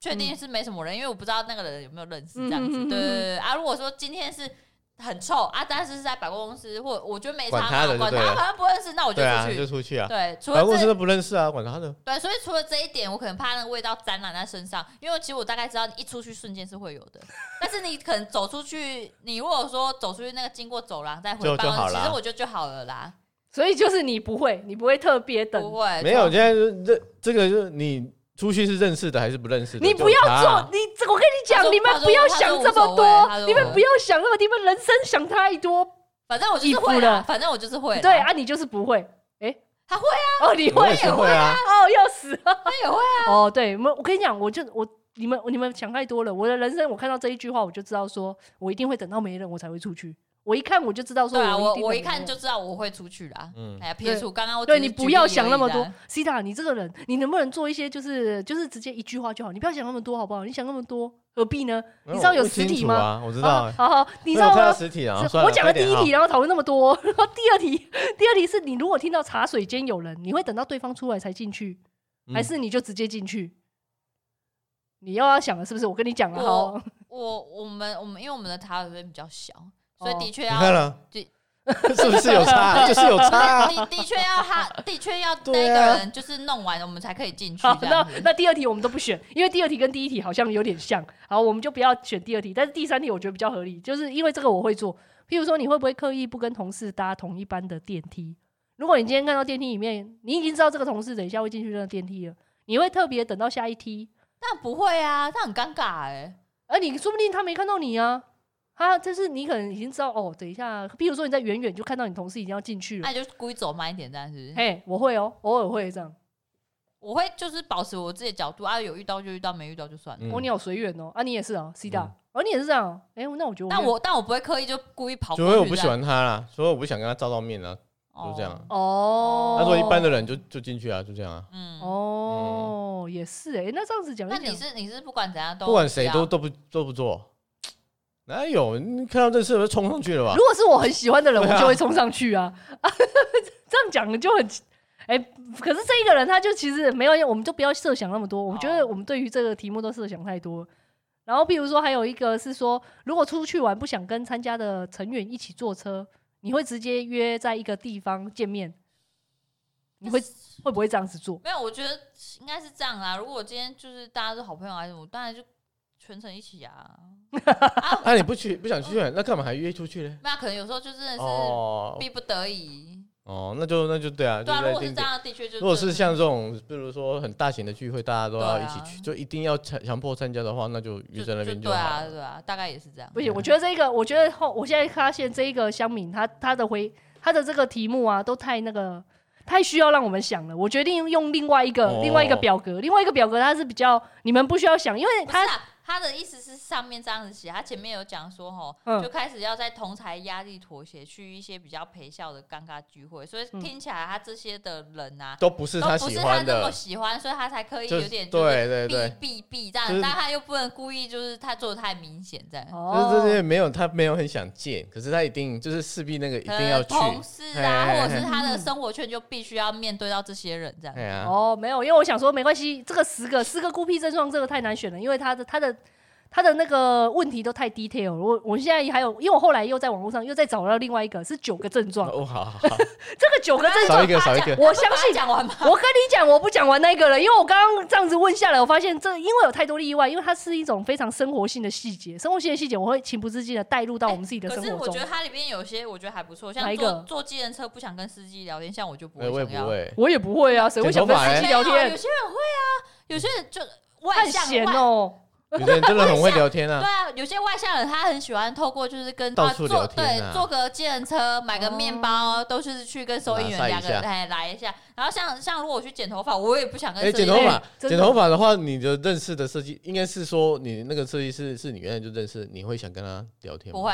[SPEAKER 4] 确
[SPEAKER 2] 嗯
[SPEAKER 4] 定是没什么人，因为我不知道那个人有没有认识这样子。
[SPEAKER 1] 嗯嗯嗯嗯
[SPEAKER 4] 对对对啊，如果说今天是很臭啊，但是是在百货公司或我觉得没差嘛，
[SPEAKER 2] 管他的就
[SPEAKER 4] 管
[SPEAKER 2] 对
[SPEAKER 4] 他
[SPEAKER 2] 了
[SPEAKER 4] 好像不认识，那我就
[SPEAKER 2] 对啊，
[SPEAKER 4] 出
[SPEAKER 2] 就
[SPEAKER 4] 去。
[SPEAKER 2] 出去啊。
[SPEAKER 4] 对，除
[SPEAKER 2] 办
[SPEAKER 4] 了
[SPEAKER 2] 公室
[SPEAKER 4] 这
[SPEAKER 2] 都不认识啊，管他的。
[SPEAKER 4] 对，所以除了这一点，我可能怕那个味道沾染在身上，因为其实我大概知道，你一出去瞬间是会有的。但是你可能走出去，你如果说走出去那个经过走廊再回
[SPEAKER 2] 就
[SPEAKER 4] 办
[SPEAKER 2] 就好
[SPEAKER 4] 公室，其
[SPEAKER 2] 啦
[SPEAKER 4] 实我觉得就好了啦，
[SPEAKER 1] 所以就是你不会，你不会特别等
[SPEAKER 4] 不会
[SPEAKER 2] 没
[SPEAKER 4] 就
[SPEAKER 2] 有，现在就是这这个就是你出去是认识的还是不认识的？
[SPEAKER 1] 你不要
[SPEAKER 2] 就有差啊
[SPEAKER 1] 做，你这我跟你
[SPEAKER 4] 他
[SPEAKER 1] 讲，
[SPEAKER 4] 说
[SPEAKER 1] 你们不要想这么
[SPEAKER 4] 他说无所谓他说无所
[SPEAKER 1] 多，
[SPEAKER 4] 谓
[SPEAKER 1] 你们不要想那么，你们人生想太多。
[SPEAKER 4] 反正我就
[SPEAKER 1] 衣
[SPEAKER 4] 是
[SPEAKER 1] 服
[SPEAKER 4] 会
[SPEAKER 1] 了
[SPEAKER 4] 啦，反正我就是会啦。
[SPEAKER 1] 对啊，你就是不会。哎，
[SPEAKER 4] 他会
[SPEAKER 1] 啊！哦，你
[SPEAKER 2] 我
[SPEAKER 1] 会
[SPEAKER 2] 也是会啊。
[SPEAKER 1] 哦，要死了。
[SPEAKER 4] 他也会啊，
[SPEAKER 1] 哦，对，我我跟你讲，我就我你们你们想太多了。我的人生，我看到这一句话，我就知道说我一定会等到没人我才会出去。我一看我就知道说
[SPEAKER 4] 对啊，
[SPEAKER 2] 哦
[SPEAKER 1] 我
[SPEAKER 4] 我
[SPEAKER 1] 定
[SPEAKER 4] 我
[SPEAKER 1] 等
[SPEAKER 4] 一看
[SPEAKER 1] 没
[SPEAKER 4] 就
[SPEAKER 1] 人。
[SPEAKER 4] 知道我会出去啦。
[SPEAKER 2] 嗯，
[SPEAKER 4] 哎呀，撇除刚刚我
[SPEAKER 1] 对
[SPEAKER 4] 只
[SPEAKER 1] 你
[SPEAKER 4] 是
[SPEAKER 1] 不
[SPEAKER 4] 举
[SPEAKER 1] 要
[SPEAKER 4] 例而
[SPEAKER 1] 想那
[SPEAKER 4] 已啊
[SPEAKER 1] 么
[SPEAKER 4] 啦
[SPEAKER 1] 多，Sita，你这个人，你能不能做一些就是就是直接一句话就好？你不要想那么多，好不好？你想那么多何必呢？你知道有实体吗？
[SPEAKER 2] 吗？我知
[SPEAKER 1] 知
[SPEAKER 2] 道欸，
[SPEAKER 1] 好好，你知
[SPEAKER 2] 我
[SPEAKER 1] 道
[SPEAKER 2] 有看
[SPEAKER 1] 吗
[SPEAKER 2] 到？实体啊
[SPEAKER 1] 是，
[SPEAKER 2] 算了
[SPEAKER 1] 我讲了第一，
[SPEAKER 2] 快
[SPEAKER 1] 题，
[SPEAKER 2] 点
[SPEAKER 1] 然后讨论那么多， 然后第二题，第二题是你如果听到茶水间有人，你会等到对方出来才进去，
[SPEAKER 2] 嗯
[SPEAKER 1] 还是你就直接进去？你又要想了是不是？我跟你讲了
[SPEAKER 4] 我
[SPEAKER 1] 哈，
[SPEAKER 4] 我我们我们因为我们的塔水杯比较小，所以
[SPEAKER 1] 哦
[SPEAKER 4] 的确
[SPEAKER 2] 你
[SPEAKER 4] 要
[SPEAKER 2] 看了，
[SPEAKER 4] 对
[SPEAKER 2] 是不是有差？就是有差啊。
[SPEAKER 4] 的 的确要他，的确要那
[SPEAKER 2] 对啊
[SPEAKER 4] 个人就是弄完，我们才可以进去
[SPEAKER 1] 好，
[SPEAKER 4] 这
[SPEAKER 1] 那
[SPEAKER 4] 样子。
[SPEAKER 1] 那第二题我们都不选，因为第二题跟第一题好像有点像。好，我们就不要选第二题，但是第三题我觉得比较合理，就是因为这个我会做。譬如说，你会不会刻意不跟同事搭同一班的电梯？如果你今天看到电梯里面，你已经知道这个同事等一下会进去那个电梯了，你会特别等到下一梯
[SPEAKER 4] 但不会啊，他很尴尬哎。
[SPEAKER 1] 而你说不定他没看到你啊，他就是你可能已经知道哦，等一下，比如说你在远远就看到你同事已经要进去了
[SPEAKER 4] 那，你就故意走慢一点，这样是不是？
[SPEAKER 1] 嘿，我会哦，偶尔会这样，
[SPEAKER 4] 我会就是保持我自己的角度啊，有遇到就遇到，没遇到就
[SPEAKER 2] 嗯
[SPEAKER 4] 算了。
[SPEAKER 1] 哦，你好随缘哦，啊，你也是哦，C 大，哦，你也是这样哦，哎，那我觉得
[SPEAKER 4] 但
[SPEAKER 1] 没有
[SPEAKER 4] 我但我不会刻意就故意跑
[SPEAKER 2] 所
[SPEAKER 4] 过
[SPEAKER 2] 以
[SPEAKER 4] 去。
[SPEAKER 2] 我不喜，欢他啦，所以我不想跟他照到面啊。就这样
[SPEAKER 4] 哦。
[SPEAKER 1] 哦，
[SPEAKER 2] 他说一般的人就就进去啊，就这样啊，
[SPEAKER 4] 嗯，
[SPEAKER 1] 哦，
[SPEAKER 2] 嗯
[SPEAKER 1] 也是哎，那这样子讲一
[SPEAKER 4] 那
[SPEAKER 1] 讲，
[SPEAKER 4] 你是你是不管怎样都
[SPEAKER 2] 不管谁
[SPEAKER 4] 要
[SPEAKER 2] 都都不都不做。哪有？你看到这事就冲上去了吧
[SPEAKER 1] 如？果是我很喜欢的人，
[SPEAKER 2] 对啊
[SPEAKER 1] 我就会冲上去啊。 这样讲就很，哎、可是这一个人他就其实没有，我们就不要设想那么多。我觉得我们对于这个题目都设想太多。然后，比如说还有一个是说，如果出去玩不想跟参加的成员一起坐车，你会直接约在一个地方见面？你会会不会这样子做？
[SPEAKER 4] 没有，我觉得应该是这样啦。如果我今天就是大家是好朋友还是什么，我当然就全程一起 啊。啊，
[SPEAKER 2] 那你不去不想去，那干嘛还约出去呢？
[SPEAKER 4] 那可能有时候就真的是
[SPEAKER 2] 哦
[SPEAKER 4] 逼不得已。
[SPEAKER 2] 哦，那就那就对啊，就
[SPEAKER 4] 对啊，
[SPEAKER 2] 在
[SPEAKER 4] 如果是
[SPEAKER 2] 定
[SPEAKER 4] 这
[SPEAKER 2] 点。
[SPEAKER 4] 样，的确就
[SPEAKER 2] 如果是
[SPEAKER 4] 真的
[SPEAKER 2] 像这种，比如说很大型的聚会，大家都要
[SPEAKER 4] 对
[SPEAKER 2] 一
[SPEAKER 4] 啊
[SPEAKER 2] 起去，就一定要强强迫参加的话，那就约在那边
[SPEAKER 4] 就
[SPEAKER 2] 好
[SPEAKER 4] 对啊，
[SPEAKER 2] 了。
[SPEAKER 4] 对啊，大概也是这样。
[SPEAKER 1] 不行，我觉得这个，我觉得后，我现在发现这一个乡民，他他的回他的这个题目啊，都太那个，太需要让我们想了。我决定用另外一个、
[SPEAKER 2] 哦
[SPEAKER 1] 另外一个表格，另外一个表格它是比较你们不需要想，因为
[SPEAKER 4] 不是
[SPEAKER 1] 他
[SPEAKER 4] 啊，他他的意思是上面这样子写，他前面有讲说吼，
[SPEAKER 1] 嗯
[SPEAKER 4] 就开始要在同才压力妥协，去一些比较陪笑的尴尬聚会，所以
[SPEAKER 1] 嗯
[SPEAKER 4] 听起来他这些的人啊，
[SPEAKER 2] 都不是
[SPEAKER 4] 都
[SPEAKER 2] 他
[SPEAKER 4] 不
[SPEAKER 2] 喜
[SPEAKER 4] 是他
[SPEAKER 2] 欢
[SPEAKER 4] 那么
[SPEAKER 2] 的，
[SPEAKER 4] 喜欢，所以他才刻意
[SPEAKER 2] 就
[SPEAKER 4] 有
[SPEAKER 2] 是
[SPEAKER 4] 点就是
[SPEAKER 2] 对啊对
[SPEAKER 4] 避
[SPEAKER 2] 对，
[SPEAKER 4] 避避这样，
[SPEAKER 2] 就是
[SPEAKER 4] 但他又不能故意就是他做的太明显这样，
[SPEAKER 2] 就是这
[SPEAKER 1] 哦，
[SPEAKER 2] 些没有他没有很想见，可是他一定就是势必那个一
[SPEAKER 4] 可
[SPEAKER 2] 定要
[SPEAKER 4] 能
[SPEAKER 2] 去，
[SPEAKER 4] 同事啊，
[SPEAKER 2] 嘿嘿嘿
[SPEAKER 4] 或者是他的生活圈就必须要面对到这些人这样
[SPEAKER 2] 哎。呀，
[SPEAKER 1] 哦，没有，因为我想说没关系，这个十个十个孤僻症状这个太难选了，因为他的他的。他的那个问题都太 detail 了，我我现在还有，因为我后来又在网络上又再找到另外一个是九个症状，
[SPEAKER 2] 哦，好好好，
[SPEAKER 1] 这个九个症
[SPEAKER 2] 少
[SPEAKER 1] 状
[SPEAKER 2] 一个少一个，
[SPEAKER 1] 我相
[SPEAKER 4] 把它
[SPEAKER 1] 信
[SPEAKER 4] 讲完 吗？
[SPEAKER 1] 我跟你讲，我不讲完那个了，因为我刚刚这样子问下来，我发现这因为有太多例外，因为它是一种非常生活性的细节，生活性的细节我会情不自禁的带入到我们自己的
[SPEAKER 4] 哎可
[SPEAKER 1] 生
[SPEAKER 4] 是
[SPEAKER 1] 活
[SPEAKER 4] 我
[SPEAKER 1] 中
[SPEAKER 4] 觉。得它里边有些我觉得还不错，
[SPEAKER 1] 哪
[SPEAKER 4] 像
[SPEAKER 1] 一
[SPEAKER 4] 坐
[SPEAKER 1] 个
[SPEAKER 4] 坐计程车不想跟司机聊天，像我 就不
[SPEAKER 2] 哎我
[SPEAKER 4] 会
[SPEAKER 2] 也
[SPEAKER 4] 想
[SPEAKER 2] 不
[SPEAKER 4] 要。
[SPEAKER 2] 会，
[SPEAKER 1] 我也不会啊，谁会想跟司
[SPEAKER 4] 没
[SPEAKER 1] 机
[SPEAKER 4] 有
[SPEAKER 1] 聊天
[SPEAKER 4] 有？些人会啊，有些人就外
[SPEAKER 1] 太
[SPEAKER 4] 向
[SPEAKER 1] 闲
[SPEAKER 4] 外。
[SPEAKER 1] 哦、
[SPEAKER 2] 有些人真的很会聊天
[SPEAKER 4] 对
[SPEAKER 2] 啊，
[SPEAKER 4] 啊，有些外向人他很喜欢透过就是跟
[SPEAKER 2] 到
[SPEAKER 4] 啊
[SPEAKER 2] 处
[SPEAKER 4] 坐
[SPEAKER 2] 聊天啊
[SPEAKER 4] 对坐个计程车，买个面包，都是去跟收银员
[SPEAKER 2] 拉塞
[SPEAKER 4] 两个
[SPEAKER 2] 嗯一下
[SPEAKER 4] 人哎来一下。然后像像如果我去剪头发，我也不想跟
[SPEAKER 2] 哎，
[SPEAKER 4] 司
[SPEAKER 2] 剪
[SPEAKER 4] 机
[SPEAKER 2] 头
[SPEAKER 4] 聊
[SPEAKER 2] 发
[SPEAKER 1] 哎，真的
[SPEAKER 2] 剪头发的话，你的认识的设计应该是说你那个设计师是你原来就认识，你会想跟他聊天吗？
[SPEAKER 4] 不，会，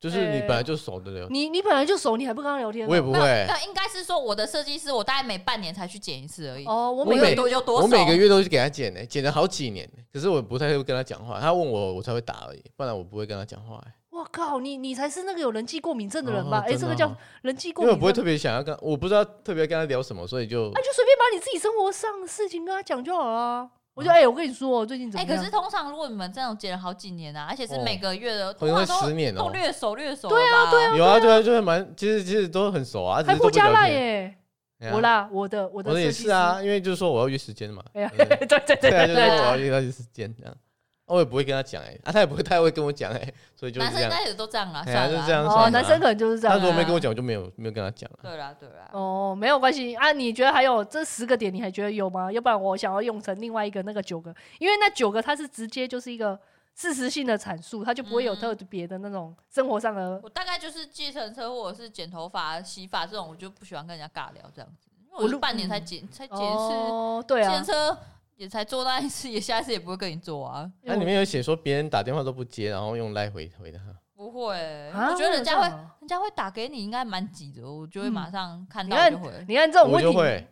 [SPEAKER 2] 就是
[SPEAKER 1] 哎
[SPEAKER 2] 你本来就熟的聊，
[SPEAKER 1] 你你本来就熟，你还不跟他聊天、啊
[SPEAKER 2] 我也不
[SPEAKER 4] 没有
[SPEAKER 2] 会
[SPEAKER 4] 没，有，应该是说我的设计师，我大概每半年才去剪一次而已。
[SPEAKER 1] 哦，我
[SPEAKER 2] 我
[SPEAKER 1] 每
[SPEAKER 4] 有
[SPEAKER 1] 个
[SPEAKER 2] 每
[SPEAKER 4] 多有多
[SPEAKER 2] 我每
[SPEAKER 4] 少
[SPEAKER 2] 个月都去给他剪呢，剪了好几年，可是我不太会跟他讲话，他问我我才会打而已，不然我不会跟他讲话。哎
[SPEAKER 1] 我靠，你你才是那个有人际过敏症的人吧？
[SPEAKER 2] 哦
[SPEAKER 1] 哎、
[SPEAKER 2] 真
[SPEAKER 1] 这
[SPEAKER 2] 的
[SPEAKER 1] 个叫
[SPEAKER 2] 哦
[SPEAKER 1] 人际过
[SPEAKER 2] 因为
[SPEAKER 1] 敏啊症。
[SPEAKER 2] 我不会特别想要跟，我不知道特别跟他聊什么，所以就
[SPEAKER 1] 那、你就随便把你自己生活上的事情跟他讲就好了啊、我就哎、我跟你说哦，最近怎
[SPEAKER 4] 哎、
[SPEAKER 1] 么样？
[SPEAKER 4] 可是通常如果你们这样剪了好几年啊，而且是
[SPEAKER 2] 哦
[SPEAKER 4] 每个月的，
[SPEAKER 2] 好
[SPEAKER 4] 通
[SPEAKER 2] 像
[SPEAKER 4] 常
[SPEAKER 2] 会
[SPEAKER 4] 都
[SPEAKER 2] 十年
[SPEAKER 4] 都
[SPEAKER 2] 哦。
[SPEAKER 4] 略熟略熟。对啊，对啊。
[SPEAKER 2] 有啊，对啊，就是蛮，其实其实都很熟啊，只
[SPEAKER 1] 还
[SPEAKER 2] 是都
[SPEAKER 1] 不
[SPEAKER 2] 不
[SPEAKER 1] 加
[SPEAKER 2] 聊
[SPEAKER 1] 赖
[SPEAKER 2] 天。
[SPEAKER 1] 耶、
[SPEAKER 2] 哎呀
[SPEAKER 1] 我，啦，我的我的
[SPEAKER 2] 我的也
[SPEAKER 1] 设计
[SPEAKER 2] 是
[SPEAKER 1] 师
[SPEAKER 2] 啊，因为就是说我要约时间嘛。
[SPEAKER 1] 哎呀，
[SPEAKER 2] 嗯
[SPEAKER 1] 对对 对对
[SPEAKER 2] 对啊，就是说
[SPEAKER 1] 对，
[SPEAKER 2] 我要约他约时间这样，啊我也不会跟他讲哎，啊，他也不会太会跟我讲哎，所以就是
[SPEAKER 4] 男
[SPEAKER 2] 这
[SPEAKER 4] 生应
[SPEAKER 2] 样。
[SPEAKER 4] 该也都这样啊，
[SPEAKER 2] 哎呀
[SPEAKER 4] 算
[SPEAKER 2] 就
[SPEAKER 4] 了
[SPEAKER 2] 是
[SPEAKER 4] 啊
[SPEAKER 2] 这样
[SPEAKER 1] 哦，
[SPEAKER 2] 算
[SPEAKER 1] 男
[SPEAKER 2] 了啊
[SPEAKER 1] 生可能就是这
[SPEAKER 2] 他
[SPEAKER 1] 样
[SPEAKER 2] 如。果没跟我讲，我就没有没有跟他讲了。
[SPEAKER 4] 对啦，对啦。
[SPEAKER 1] 哦，没有关系啊。你觉得还有这十个点，你还觉得有吗？要不然我想要用成另外一个那个九个，因为那九个它是直接就是一个事实性的阐述，它就不会有
[SPEAKER 4] 嗯
[SPEAKER 1] 特别的那种生活上的。
[SPEAKER 4] 我大概就是计程车或者是剪头发、洗发这种，我就不喜欢跟人家尬聊这样子，因为
[SPEAKER 1] 我
[SPEAKER 4] 我是
[SPEAKER 1] 如嗯
[SPEAKER 4] 半年才剪、才剪一次，
[SPEAKER 1] 哦，对
[SPEAKER 4] 计
[SPEAKER 1] 啊
[SPEAKER 4] 程，车也才做那一次，也下一次也不会跟你做啊，
[SPEAKER 2] 它里面有写说别人打电话都不接，然后用赖回回他。
[SPEAKER 4] 不会、
[SPEAKER 1] 啊
[SPEAKER 4] 我觉得人家
[SPEAKER 1] 有这
[SPEAKER 4] 会
[SPEAKER 1] 样啊
[SPEAKER 4] 人家会打给你，应该蛮急的，我就会
[SPEAKER 1] 嗯
[SPEAKER 4] 马上看
[SPEAKER 1] 你
[SPEAKER 4] 到
[SPEAKER 1] 看
[SPEAKER 4] 就回
[SPEAKER 1] 你看这种
[SPEAKER 2] 我
[SPEAKER 1] 问
[SPEAKER 2] 就
[SPEAKER 1] 题
[SPEAKER 2] 会，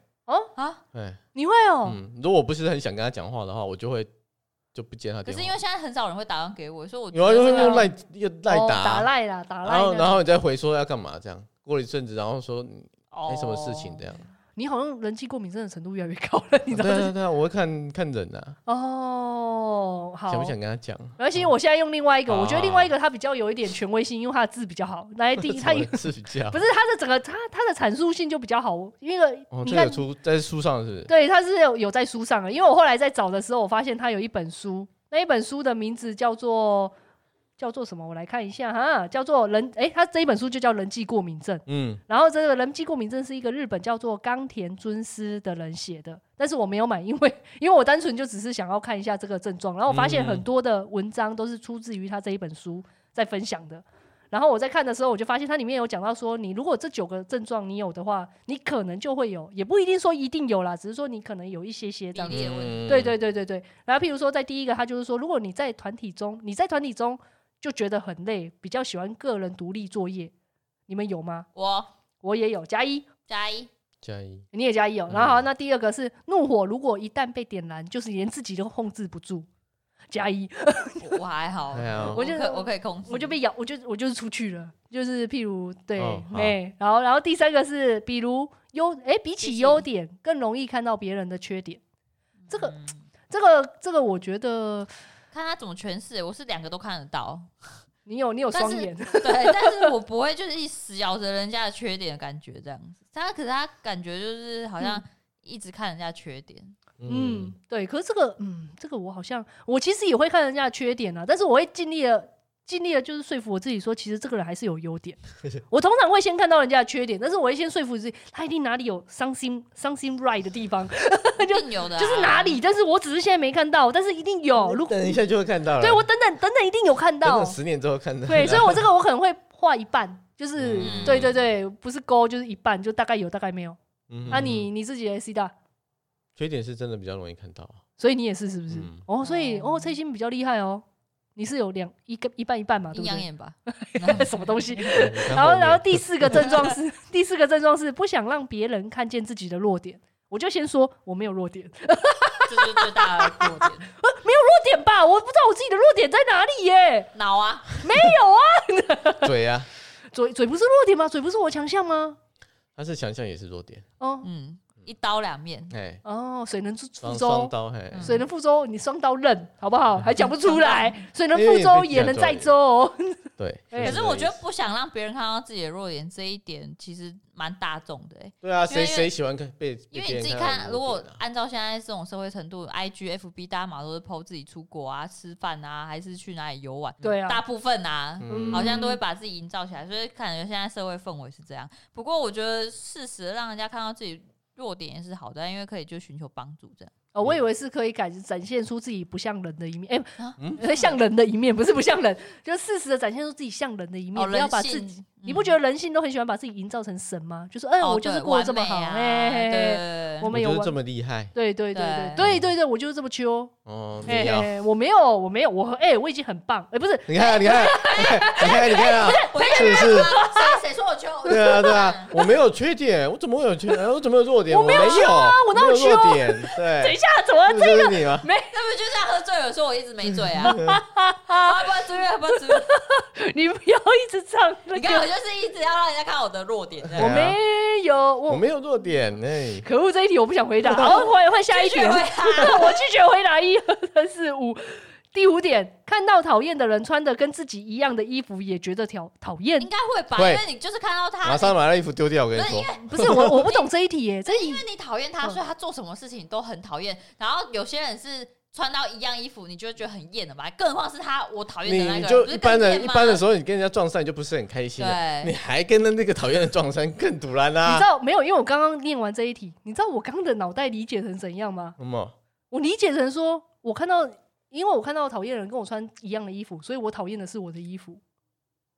[SPEAKER 4] 啊。
[SPEAKER 2] 哎，
[SPEAKER 1] 你会哦，
[SPEAKER 2] 嗯，如果我不是很想跟他讲话的话，我就会就不接他
[SPEAKER 4] 可
[SPEAKER 2] 电
[SPEAKER 4] 是
[SPEAKER 2] 话。
[SPEAKER 4] 因为现在很少人会打电话给我，所以我觉
[SPEAKER 2] 有啊，
[SPEAKER 4] 得
[SPEAKER 2] 用
[SPEAKER 4] 这个
[SPEAKER 2] 用赖又赖
[SPEAKER 1] 哦
[SPEAKER 2] 打，啊
[SPEAKER 1] 打赖啦，打
[SPEAKER 2] 然后
[SPEAKER 1] 赖
[SPEAKER 2] 然
[SPEAKER 1] 啦。
[SPEAKER 2] 后你再回说要干嘛这样。过了一阵子，然后说你
[SPEAKER 1] 啊
[SPEAKER 2] 没什么事情这
[SPEAKER 4] 哦
[SPEAKER 2] 样。
[SPEAKER 1] 你好像人际过敏症的程度越来越高了，你知道
[SPEAKER 2] 对啊对
[SPEAKER 1] 这
[SPEAKER 2] 啊对啊，我会看看人啊，
[SPEAKER 1] 哦，好，
[SPEAKER 2] 想不想跟他讲？
[SPEAKER 1] 而且我现在用另外一个，我觉得
[SPEAKER 2] 啊
[SPEAKER 1] 另外一个它比较有一点权威性，因为它的字比较好。来， 第一，它有
[SPEAKER 2] 是比较
[SPEAKER 1] 不是它的整个它它的阐述性就比较好，因为
[SPEAKER 2] 哦，
[SPEAKER 1] 你
[SPEAKER 2] 这
[SPEAKER 1] 看
[SPEAKER 2] 个，出在书上是
[SPEAKER 1] 对，它是有有在书上的。因为我后来在找的时候，我发现它有一本书，那一本书的名字叫做叫做什么？我来看一下哈，叫做人诶，它这一本书就叫人际过敏症。
[SPEAKER 2] 嗯，
[SPEAKER 1] 然后这个人际过敏症是一个日本叫做冈田尊司的人写的，但是我没有买，因为 因为我单纯就只是想要看一下这个症状，然后我发现
[SPEAKER 2] 嗯
[SPEAKER 1] 很多的文章都是出自于他这一本书在分享的。然后我在看的时候，我就发现它里面有讲到说，你如果这九个症状你有的话，你可能就会有，也不一定说一定有啦，只是说你可能有一些些这样
[SPEAKER 4] 比例
[SPEAKER 1] 子。
[SPEAKER 4] 的问题
[SPEAKER 2] 嗯
[SPEAKER 1] 对对对对对。然后譬如说，在第一个，他就是说，如果你在团体中，你在团体中就觉得很累，比较喜欢个人独立作业，你们有吗？
[SPEAKER 4] 哦我
[SPEAKER 1] 我也有加一，
[SPEAKER 4] 加一，
[SPEAKER 2] 加一，
[SPEAKER 1] 你也加一哦。
[SPEAKER 2] 嗯
[SPEAKER 1] 然后好，那第二个是怒火，如果一旦被点燃，就是连自己都控制不住，加一，
[SPEAKER 4] 我我还好
[SPEAKER 2] 哎呀，
[SPEAKER 1] 我就
[SPEAKER 4] 可我可以控制，
[SPEAKER 1] 我就被咬，我就我就是出去了，就是譬如对
[SPEAKER 2] 哦好
[SPEAKER 1] 哎、然后然后第三个是比如优哎、比
[SPEAKER 4] 比
[SPEAKER 1] 起
[SPEAKER 4] 起
[SPEAKER 1] 优点更容易看到别人的缺点，这个
[SPEAKER 4] 嗯
[SPEAKER 1] 这个这个我觉得
[SPEAKER 4] 看他怎么诠释、欸我是两个都看得到，
[SPEAKER 1] 你有你有
[SPEAKER 4] 但
[SPEAKER 1] 双
[SPEAKER 4] 是
[SPEAKER 1] 眼，
[SPEAKER 4] 对，但是我不会就是一死咬着人家的缺点的感觉这样子。他可是他感觉就是好像一直看人家缺点，
[SPEAKER 1] 嗯，对。可是这个，嗯，这个我好像，我其实也会看人家的缺点啊，但是我会尽力的，尽力的，就是说服我自己说，其实这个人还是有优 点。我通常会先看到人家的缺点，但是我会先说服自己，他一定哪里有 something something right 的地方，
[SPEAKER 4] 一定有的、啊
[SPEAKER 1] 就是哪？里，但是我只是现在没看到，但是一定有。哦如果
[SPEAKER 2] 等一下就会看到了。
[SPEAKER 1] 对我等等等等，一定有看
[SPEAKER 2] 等
[SPEAKER 1] 到
[SPEAKER 2] 等。十年之后看到。
[SPEAKER 1] 对，所以我这个我可能会画一半，就是、
[SPEAKER 2] 嗯
[SPEAKER 1] 对对对，不是勾就是一半，就大概有大概没有。
[SPEAKER 2] 嗯
[SPEAKER 1] 啊你，你自己的 C 大
[SPEAKER 2] 缺点是真的比较容易看到啊，
[SPEAKER 1] 所以你也是是不是？
[SPEAKER 2] 嗯
[SPEAKER 1] 哦，所以哦，翠心比较厉害哦，你是有两一个一半一半嘛，对不
[SPEAKER 4] 阴 阳
[SPEAKER 1] 对？
[SPEAKER 4] 眼吧。
[SPEAKER 1] 什么东西？
[SPEAKER 2] 嗯你 看
[SPEAKER 1] 然后，
[SPEAKER 2] 后面
[SPEAKER 1] 然后第四个症状 是第四个症状是不想让别人看见自己的弱点。我就先说我没有弱 点，弱
[SPEAKER 4] 这就是最大的弱点。
[SPEAKER 1] 点吧，我不知道我自己的弱点在哪里耶。
[SPEAKER 4] 脑啊，
[SPEAKER 2] 嘴啊，
[SPEAKER 1] 嘴嘴不是弱点吗？嘴不是我强项吗？
[SPEAKER 2] 他是强项也是弱点，
[SPEAKER 1] 哦
[SPEAKER 4] 嗯，一刀两面，
[SPEAKER 2] 哎，
[SPEAKER 1] 哦，水能覆
[SPEAKER 2] 双
[SPEAKER 1] 覆
[SPEAKER 2] 双
[SPEAKER 1] 舟，
[SPEAKER 2] 刀，哎，
[SPEAKER 4] 嗯
[SPEAKER 1] 水能覆舟，你双刀刃好不好？还讲不出 来，水能
[SPEAKER 2] 因为
[SPEAKER 1] 覆
[SPEAKER 2] 你
[SPEAKER 1] 舟
[SPEAKER 2] 自己
[SPEAKER 1] 也
[SPEAKER 2] 讲
[SPEAKER 1] 能
[SPEAKER 2] 出
[SPEAKER 1] 载
[SPEAKER 2] 来
[SPEAKER 1] 舟哦。
[SPEAKER 2] 对。
[SPEAKER 1] 哎
[SPEAKER 4] 可
[SPEAKER 2] 就这
[SPEAKER 4] 是
[SPEAKER 2] 个
[SPEAKER 4] 我
[SPEAKER 2] 意
[SPEAKER 4] 觉得
[SPEAKER 2] 思
[SPEAKER 4] 不想让别人看到自己的弱点这一点，其实蛮大众的、欸。
[SPEAKER 2] 对啊，
[SPEAKER 4] 因为
[SPEAKER 2] 谁谁喜欢看被被
[SPEAKER 4] 因
[SPEAKER 2] 别
[SPEAKER 4] 为你
[SPEAKER 2] 人
[SPEAKER 4] 自己
[SPEAKER 2] 到你
[SPEAKER 4] 看，
[SPEAKER 2] 的
[SPEAKER 4] 如
[SPEAKER 2] 弱
[SPEAKER 4] 果
[SPEAKER 2] 点啊
[SPEAKER 4] 按照现在这种社会程度，IG、FB 大家嘛都是 PO 自己出国啊、吃饭啊，还是去哪里游玩，
[SPEAKER 1] 对
[SPEAKER 4] 大
[SPEAKER 1] 啊，
[SPEAKER 4] 部分啊，
[SPEAKER 2] 嗯
[SPEAKER 4] 好像都会把自己营造起来，所以感觉现在社会氛围是这样。不过我觉得适时地让人家看到自己弱点也是好的，因为可以就寻求帮助这样。
[SPEAKER 1] 哦，我以为是可以展展现出自己不像人的一面，哎、
[SPEAKER 4] 啊
[SPEAKER 2] 嗯
[SPEAKER 1] 所以 像人的一面，不是不像人，就是适时的展现出自己像人的一面，
[SPEAKER 4] 哦，
[SPEAKER 1] 不要
[SPEAKER 4] 人
[SPEAKER 1] 把自
[SPEAKER 4] 性
[SPEAKER 1] 己。，你不觉
[SPEAKER 4] 得？
[SPEAKER 1] 得人性都很喜欢把自己营造成神吗？就是，嗯，
[SPEAKER 4] 哦
[SPEAKER 1] 我就是
[SPEAKER 4] 对
[SPEAKER 1] 过得这么好，
[SPEAKER 4] 完美啊
[SPEAKER 1] 哎、
[SPEAKER 4] 对
[SPEAKER 1] 我
[SPEAKER 2] 我
[SPEAKER 1] 们有
[SPEAKER 2] 就是
[SPEAKER 1] 完
[SPEAKER 2] 这么厉害
[SPEAKER 1] 对对对对
[SPEAKER 4] 对
[SPEAKER 1] 对对对，我就是这么秋，
[SPEAKER 2] 哦，
[SPEAKER 1] 哎、
[SPEAKER 2] 你要
[SPEAKER 1] 哎我没有，我没有，我哎、我已经很棒，哎、不是，
[SPEAKER 2] 你看，你看， 你看，你 看啊，是不是？
[SPEAKER 4] 谁谁说我缺？
[SPEAKER 2] 对 啊，对啊，我没有缺点，我怎么会有缺？点？我怎么有弱点？
[SPEAKER 1] 我
[SPEAKER 2] 我
[SPEAKER 1] 没有
[SPEAKER 2] 有
[SPEAKER 1] 缺啊我哪有
[SPEAKER 2] 没
[SPEAKER 1] 缺啊
[SPEAKER 2] 弱点？对，
[SPEAKER 1] 等一下，怎么
[SPEAKER 2] 这不就是你吗？
[SPEAKER 4] 那不就像喝醉了说我一直没醉啊？啊，不醉了，不醉 了。
[SPEAKER 1] 你不要一直唱那
[SPEAKER 4] 你看我
[SPEAKER 1] 个，
[SPEAKER 4] 就是一直要让人家看我的弱点，这
[SPEAKER 1] 我
[SPEAKER 4] 样。
[SPEAKER 2] 对啊
[SPEAKER 1] 没有，
[SPEAKER 2] 我
[SPEAKER 1] 我
[SPEAKER 2] 没有弱点，哎，
[SPEAKER 1] 可恶，这一题我不想回 答，好，换换下一
[SPEAKER 4] 拒
[SPEAKER 1] 题
[SPEAKER 4] 绝。回答
[SPEAKER 1] 我拒绝回答一二四五。第五点，看到讨厌的人穿的跟自己一样的衣服，也觉得讨讨厌
[SPEAKER 4] 应。该会吧，因
[SPEAKER 2] 会
[SPEAKER 4] 为你就是看到他，
[SPEAKER 2] 马上把那衣服丢掉，我跟你
[SPEAKER 4] 不是
[SPEAKER 2] 说
[SPEAKER 4] 因，
[SPEAKER 1] 不是我，我不懂这一题 耶，这一
[SPEAKER 4] 因为
[SPEAKER 1] 题
[SPEAKER 4] 你讨厌他，
[SPEAKER 1] 嗯
[SPEAKER 4] 所以他做什么事情都很讨厌。然后有些人是穿到一样衣服，你就会觉得很厌了吧？更何况是他，我讨厌的那
[SPEAKER 2] 你
[SPEAKER 4] 个
[SPEAKER 2] 就
[SPEAKER 4] 不是
[SPEAKER 2] 一般
[SPEAKER 4] 更
[SPEAKER 2] 人
[SPEAKER 4] 厌
[SPEAKER 2] 一
[SPEAKER 4] 吗
[SPEAKER 2] 般的时候，你跟人家撞衫，你就不是很开心了，
[SPEAKER 4] 对，
[SPEAKER 2] 你还跟那那个讨厌的撞衫，更堵然
[SPEAKER 1] 你
[SPEAKER 2] 啦
[SPEAKER 1] 知。道没有？因为我刚刚念完这一题，你知道我刚刚的脑袋理解成怎样吗？
[SPEAKER 2] 什么？
[SPEAKER 1] 我理解成说，我看到，因为我看到讨厌的人跟我穿一样的衣服，所以我讨厌的是我的衣服。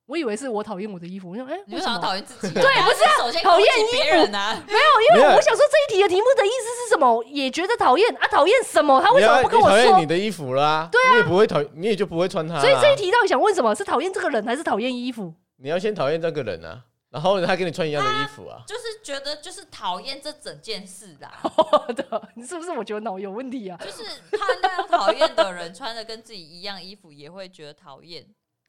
[SPEAKER 1] 我以为是我讨厌我的衣服，我想，哎、
[SPEAKER 4] 你
[SPEAKER 1] 为
[SPEAKER 4] 为
[SPEAKER 1] 什
[SPEAKER 4] 什么
[SPEAKER 1] 么
[SPEAKER 4] 要？讨厌自己？
[SPEAKER 1] 对不是啊
[SPEAKER 4] 首先
[SPEAKER 1] 讨厌
[SPEAKER 4] 攻击别人啊，
[SPEAKER 1] 没有，因
[SPEAKER 2] 没
[SPEAKER 1] 为
[SPEAKER 2] 有
[SPEAKER 1] 我想说这一题的题目的意思是什么？也觉得讨厌啊，讨厌什么？他为什么
[SPEAKER 2] 你
[SPEAKER 1] 不
[SPEAKER 2] 要
[SPEAKER 1] 跟我
[SPEAKER 2] 你讨
[SPEAKER 1] 说
[SPEAKER 2] 厌你？的衣服啦？对啊，你也不会讨，你也就不会穿它啦。
[SPEAKER 1] 所以这一题到底想问什么？是讨厌这个人，还是讨厌衣服？
[SPEAKER 2] 你要先讨厌这个人啊，然后他跟你穿一样的衣 服啊。
[SPEAKER 4] 就是觉得就是讨厌这整件事啦，
[SPEAKER 1] 的，你是不是我觉得脑有问题啊？
[SPEAKER 4] 就是看到讨厌的人穿的跟自己一样衣服，也会觉得讨厌。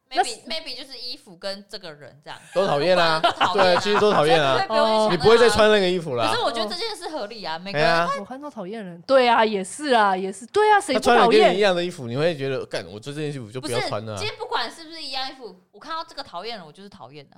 [SPEAKER 1] 那是
[SPEAKER 4] maybe maybe 就是衣服跟这个人这样，
[SPEAKER 2] 都讨厌啊
[SPEAKER 4] 都讨厌
[SPEAKER 2] 对其实都讨 厌啊
[SPEAKER 4] 所以不会不
[SPEAKER 1] 哦
[SPEAKER 4] 用去想
[SPEAKER 2] 你不会再
[SPEAKER 4] 到
[SPEAKER 2] 穿那个衣服
[SPEAKER 4] 可
[SPEAKER 2] 啦
[SPEAKER 4] 是。我觉得这件事合理啊，每个
[SPEAKER 2] 哎
[SPEAKER 4] 人
[SPEAKER 2] 呀，
[SPEAKER 1] 我看到讨厌人，对啊，也是啊，也是，对啊，谁
[SPEAKER 2] 他
[SPEAKER 1] 不
[SPEAKER 2] 穿了
[SPEAKER 1] 讨
[SPEAKER 2] 跟你
[SPEAKER 1] 厌？
[SPEAKER 2] 一样的衣服，你会觉得，干，我这件衣服就
[SPEAKER 4] 不
[SPEAKER 2] 不
[SPEAKER 4] 是
[SPEAKER 2] 要穿了啊
[SPEAKER 4] 今。天不管是不是一样衣服，我看到这个讨厌人，我就是讨厌的，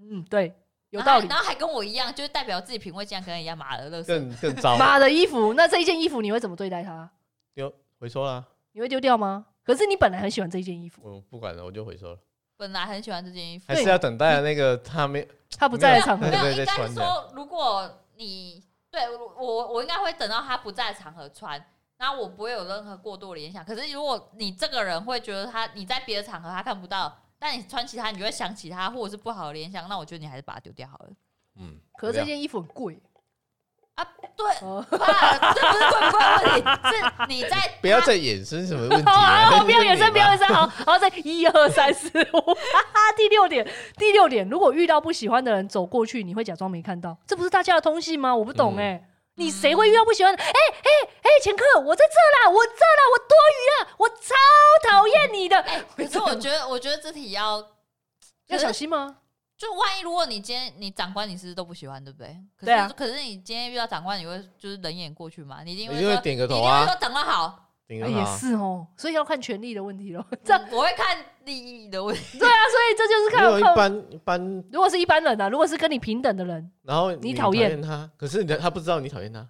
[SPEAKER 1] 嗯，对，有
[SPEAKER 4] 然后
[SPEAKER 1] 道理
[SPEAKER 4] 然。后还跟我一样，就是代表自己品味竟然跟人一样马的乐色。
[SPEAKER 2] 更更糟，
[SPEAKER 1] 妈的衣服，那这一件衣服你会怎么对待它？
[SPEAKER 2] 丢回收啦，
[SPEAKER 1] 你会丢掉吗？可是你本来很喜欢这一件衣服，
[SPEAKER 2] 我不管了，我就回收了。
[SPEAKER 4] 本来很喜欢这件衣服，
[SPEAKER 2] 还是要等待那个他没
[SPEAKER 1] 它不在的
[SPEAKER 2] 没有
[SPEAKER 1] 场合
[SPEAKER 4] 没
[SPEAKER 2] 对
[SPEAKER 4] 有，
[SPEAKER 2] 对
[SPEAKER 4] 应该
[SPEAKER 2] 在
[SPEAKER 4] 是
[SPEAKER 2] 穿
[SPEAKER 4] 说，如果你对我，我我应该会等到他不在的场合穿，然后我不会有任何过多的联想。可是如果你这个人会觉得他你在别的场合他看不到，但你穿其他你就会想起他，或者是不好的联想，那我觉得你还是把它丢掉好了。
[SPEAKER 2] 嗯，
[SPEAKER 1] 可是这件衣服很贵
[SPEAKER 4] 啊， 对，
[SPEAKER 1] 哦。
[SPEAKER 4] 啊，这不是贵不贵的问题，是你在
[SPEAKER 2] 不要再衍生什么问题
[SPEAKER 1] 好 啊，
[SPEAKER 2] 了。
[SPEAKER 1] 好，不要衍生，不要
[SPEAKER 2] 你
[SPEAKER 1] 衍生，好，好，再一二三四五，哈哈。第六点，第六点，如果遇到不喜欢的人走过去，你会假装没看到，这不是大家的通信吗？我不懂
[SPEAKER 2] 嗯
[SPEAKER 1] 哎、你谁会遇到不喜欢的？哎哎哎，前客，我在这啦，我这啦，我多余啊啦，我超讨厌你的，
[SPEAKER 4] 哎、可是我觉得，我觉得这题要
[SPEAKER 1] 要
[SPEAKER 4] 可
[SPEAKER 1] 小
[SPEAKER 4] 是
[SPEAKER 1] 心吗？
[SPEAKER 4] 就万一如果你今天你长官你是不是都不喜欢，对不对？可是
[SPEAKER 1] 对啊
[SPEAKER 4] 可是你今天遇到长官，你会就是冷眼过去嘛？你一定
[SPEAKER 2] 你
[SPEAKER 4] 会
[SPEAKER 2] 就会
[SPEAKER 4] 说
[SPEAKER 2] 点个
[SPEAKER 4] 你
[SPEAKER 2] 头
[SPEAKER 4] 一定会
[SPEAKER 2] 啊
[SPEAKER 4] 说，长官好，
[SPEAKER 2] 顶
[SPEAKER 1] 哎
[SPEAKER 2] 个
[SPEAKER 1] 也
[SPEAKER 2] 好。
[SPEAKER 1] 是哦，所以要看权力的问题咯。这
[SPEAKER 4] 这我会看利益的问题。
[SPEAKER 1] 对啊，所以这就是
[SPEAKER 2] 没有
[SPEAKER 1] 看
[SPEAKER 2] 一
[SPEAKER 1] 看。
[SPEAKER 2] 般一般，
[SPEAKER 1] 如果是一般人啊，如果是跟你平等的人，
[SPEAKER 2] 然后
[SPEAKER 1] 你讨
[SPEAKER 2] 讨
[SPEAKER 1] 厌
[SPEAKER 2] 他，可是你的他不知道你讨厌他。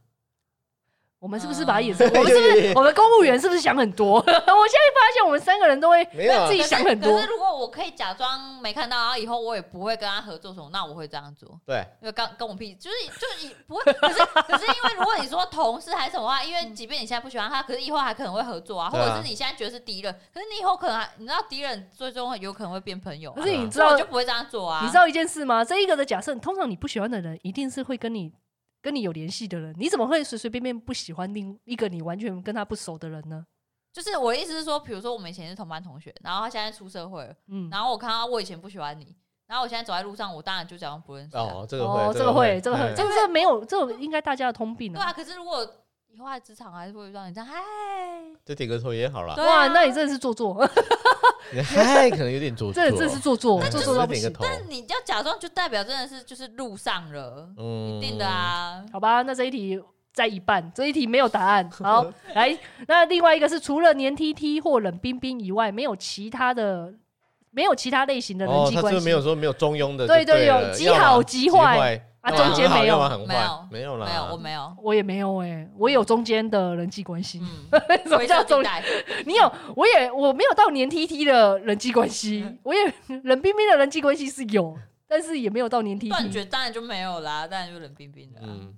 [SPEAKER 1] 我们是不是把它衍
[SPEAKER 4] 嗯
[SPEAKER 2] 啊
[SPEAKER 1] 生？我们是不
[SPEAKER 2] 对对
[SPEAKER 1] 是
[SPEAKER 2] 对
[SPEAKER 1] 我们公务员是不是想很多？ 我现在发现我们三个人都会
[SPEAKER 2] 没有啊
[SPEAKER 1] 自己想很
[SPEAKER 4] 可
[SPEAKER 1] 多
[SPEAKER 4] 是。如果我可以假装没看到，然后以后我也不会跟他合作什么，那我会这样做。
[SPEAKER 2] 对，
[SPEAKER 4] 因为刚跟我屁，就是就是不会， 可是可是因为如果你说同事还是什么话，因为即便你现在不喜欢他，可是以后还可能会合作啊，或
[SPEAKER 2] 对啊
[SPEAKER 4] 者是你现在觉得是敌人，可是你以后可能还你知道敌人最终有可能会变朋友、啊，
[SPEAKER 1] 可是你知
[SPEAKER 4] 所以
[SPEAKER 1] 道
[SPEAKER 4] 我就不会这样做啊。
[SPEAKER 1] 你知道一件事吗？这一个的假设，通常你不喜欢的人，一定是会跟你跟你有联系的人，你怎么会随随便便不喜欢另一个你完全跟他不熟的人呢？
[SPEAKER 4] 就是我的意思是说，比如说我们以前是同班同学，然后他现在出社会了，
[SPEAKER 1] 嗯，
[SPEAKER 4] 然后我看到我以前不喜欢你，然后我现在走在路上，我当然就假装不认识啊他。
[SPEAKER 2] 哦，这个
[SPEAKER 1] 哦
[SPEAKER 2] 会，，
[SPEAKER 1] 这个会，这个
[SPEAKER 2] 哎
[SPEAKER 1] 会，这个这个没有，这个应该大家的通病
[SPEAKER 4] 对
[SPEAKER 1] 啊。
[SPEAKER 4] 啊，可是如果以后在职场还是会遇到你这样，嗨，
[SPEAKER 1] 啊
[SPEAKER 2] 就点个头也好啦。
[SPEAKER 4] 对
[SPEAKER 1] 哇，
[SPEAKER 4] 啊，
[SPEAKER 1] 那你真的是做作，
[SPEAKER 2] 你嗨，可能有点做作，
[SPEAKER 1] 这这是做作，
[SPEAKER 2] 嗯
[SPEAKER 1] 做作到不
[SPEAKER 2] 只是
[SPEAKER 1] 行
[SPEAKER 2] 点个。头，
[SPEAKER 4] 但你要假装，就代表真的是就是路上了，
[SPEAKER 2] 嗯
[SPEAKER 4] 一定的。啊。
[SPEAKER 1] 好吧，那这一题在一半，这一题没有答 案。好，来，那另外一个是除了黏 T T 或冷冰冰以外，没有其他的，没有其他类型的人
[SPEAKER 2] 哦，
[SPEAKER 1] 际
[SPEAKER 2] 他
[SPEAKER 1] 关
[SPEAKER 2] 是不
[SPEAKER 1] 系。
[SPEAKER 2] 是没有说没有中庸的就
[SPEAKER 1] 对
[SPEAKER 2] 了？
[SPEAKER 1] 对有
[SPEAKER 2] 要
[SPEAKER 1] 极
[SPEAKER 2] 么
[SPEAKER 1] 好极
[SPEAKER 2] 极
[SPEAKER 1] 坏
[SPEAKER 2] 坏
[SPEAKER 1] 啊
[SPEAKER 2] 要么
[SPEAKER 1] 中间
[SPEAKER 2] 很好
[SPEAKER 1] 没有
[SPEAKER 2] 要么很
[SPEAKER 4] 没有
[SPEAKER 2] 坏，没有啦，
[SPEAKER 4] 没有，
[SPEAKER 1] 嗯
[SPEAKER 4] 我 没有。
[SPEAKER 1] 我也没有哎、我有中间的人际关系。
[SPEAKER 4] 嗯，
[SPEAKER 1] 什么
[SPEAKER 4] 灰
[SPEAKER 1] 叫
[SPEAKER 4] 色
[SPEAKER 1] 中
[SPEAKER 4] 地？带，
[SPEAKER 1] 你有，我也我没有到黏 T T 的人际关系，我也 冷冰冰的人际关系是有，但是也没有到黏 T
[SPEAKER 4] 断
[SPEAKER 1] T。
[SPEAKER 4] 绝当然就没有啦，当然就冷冰冰的啊。
[SPEAKER 2] 嗯，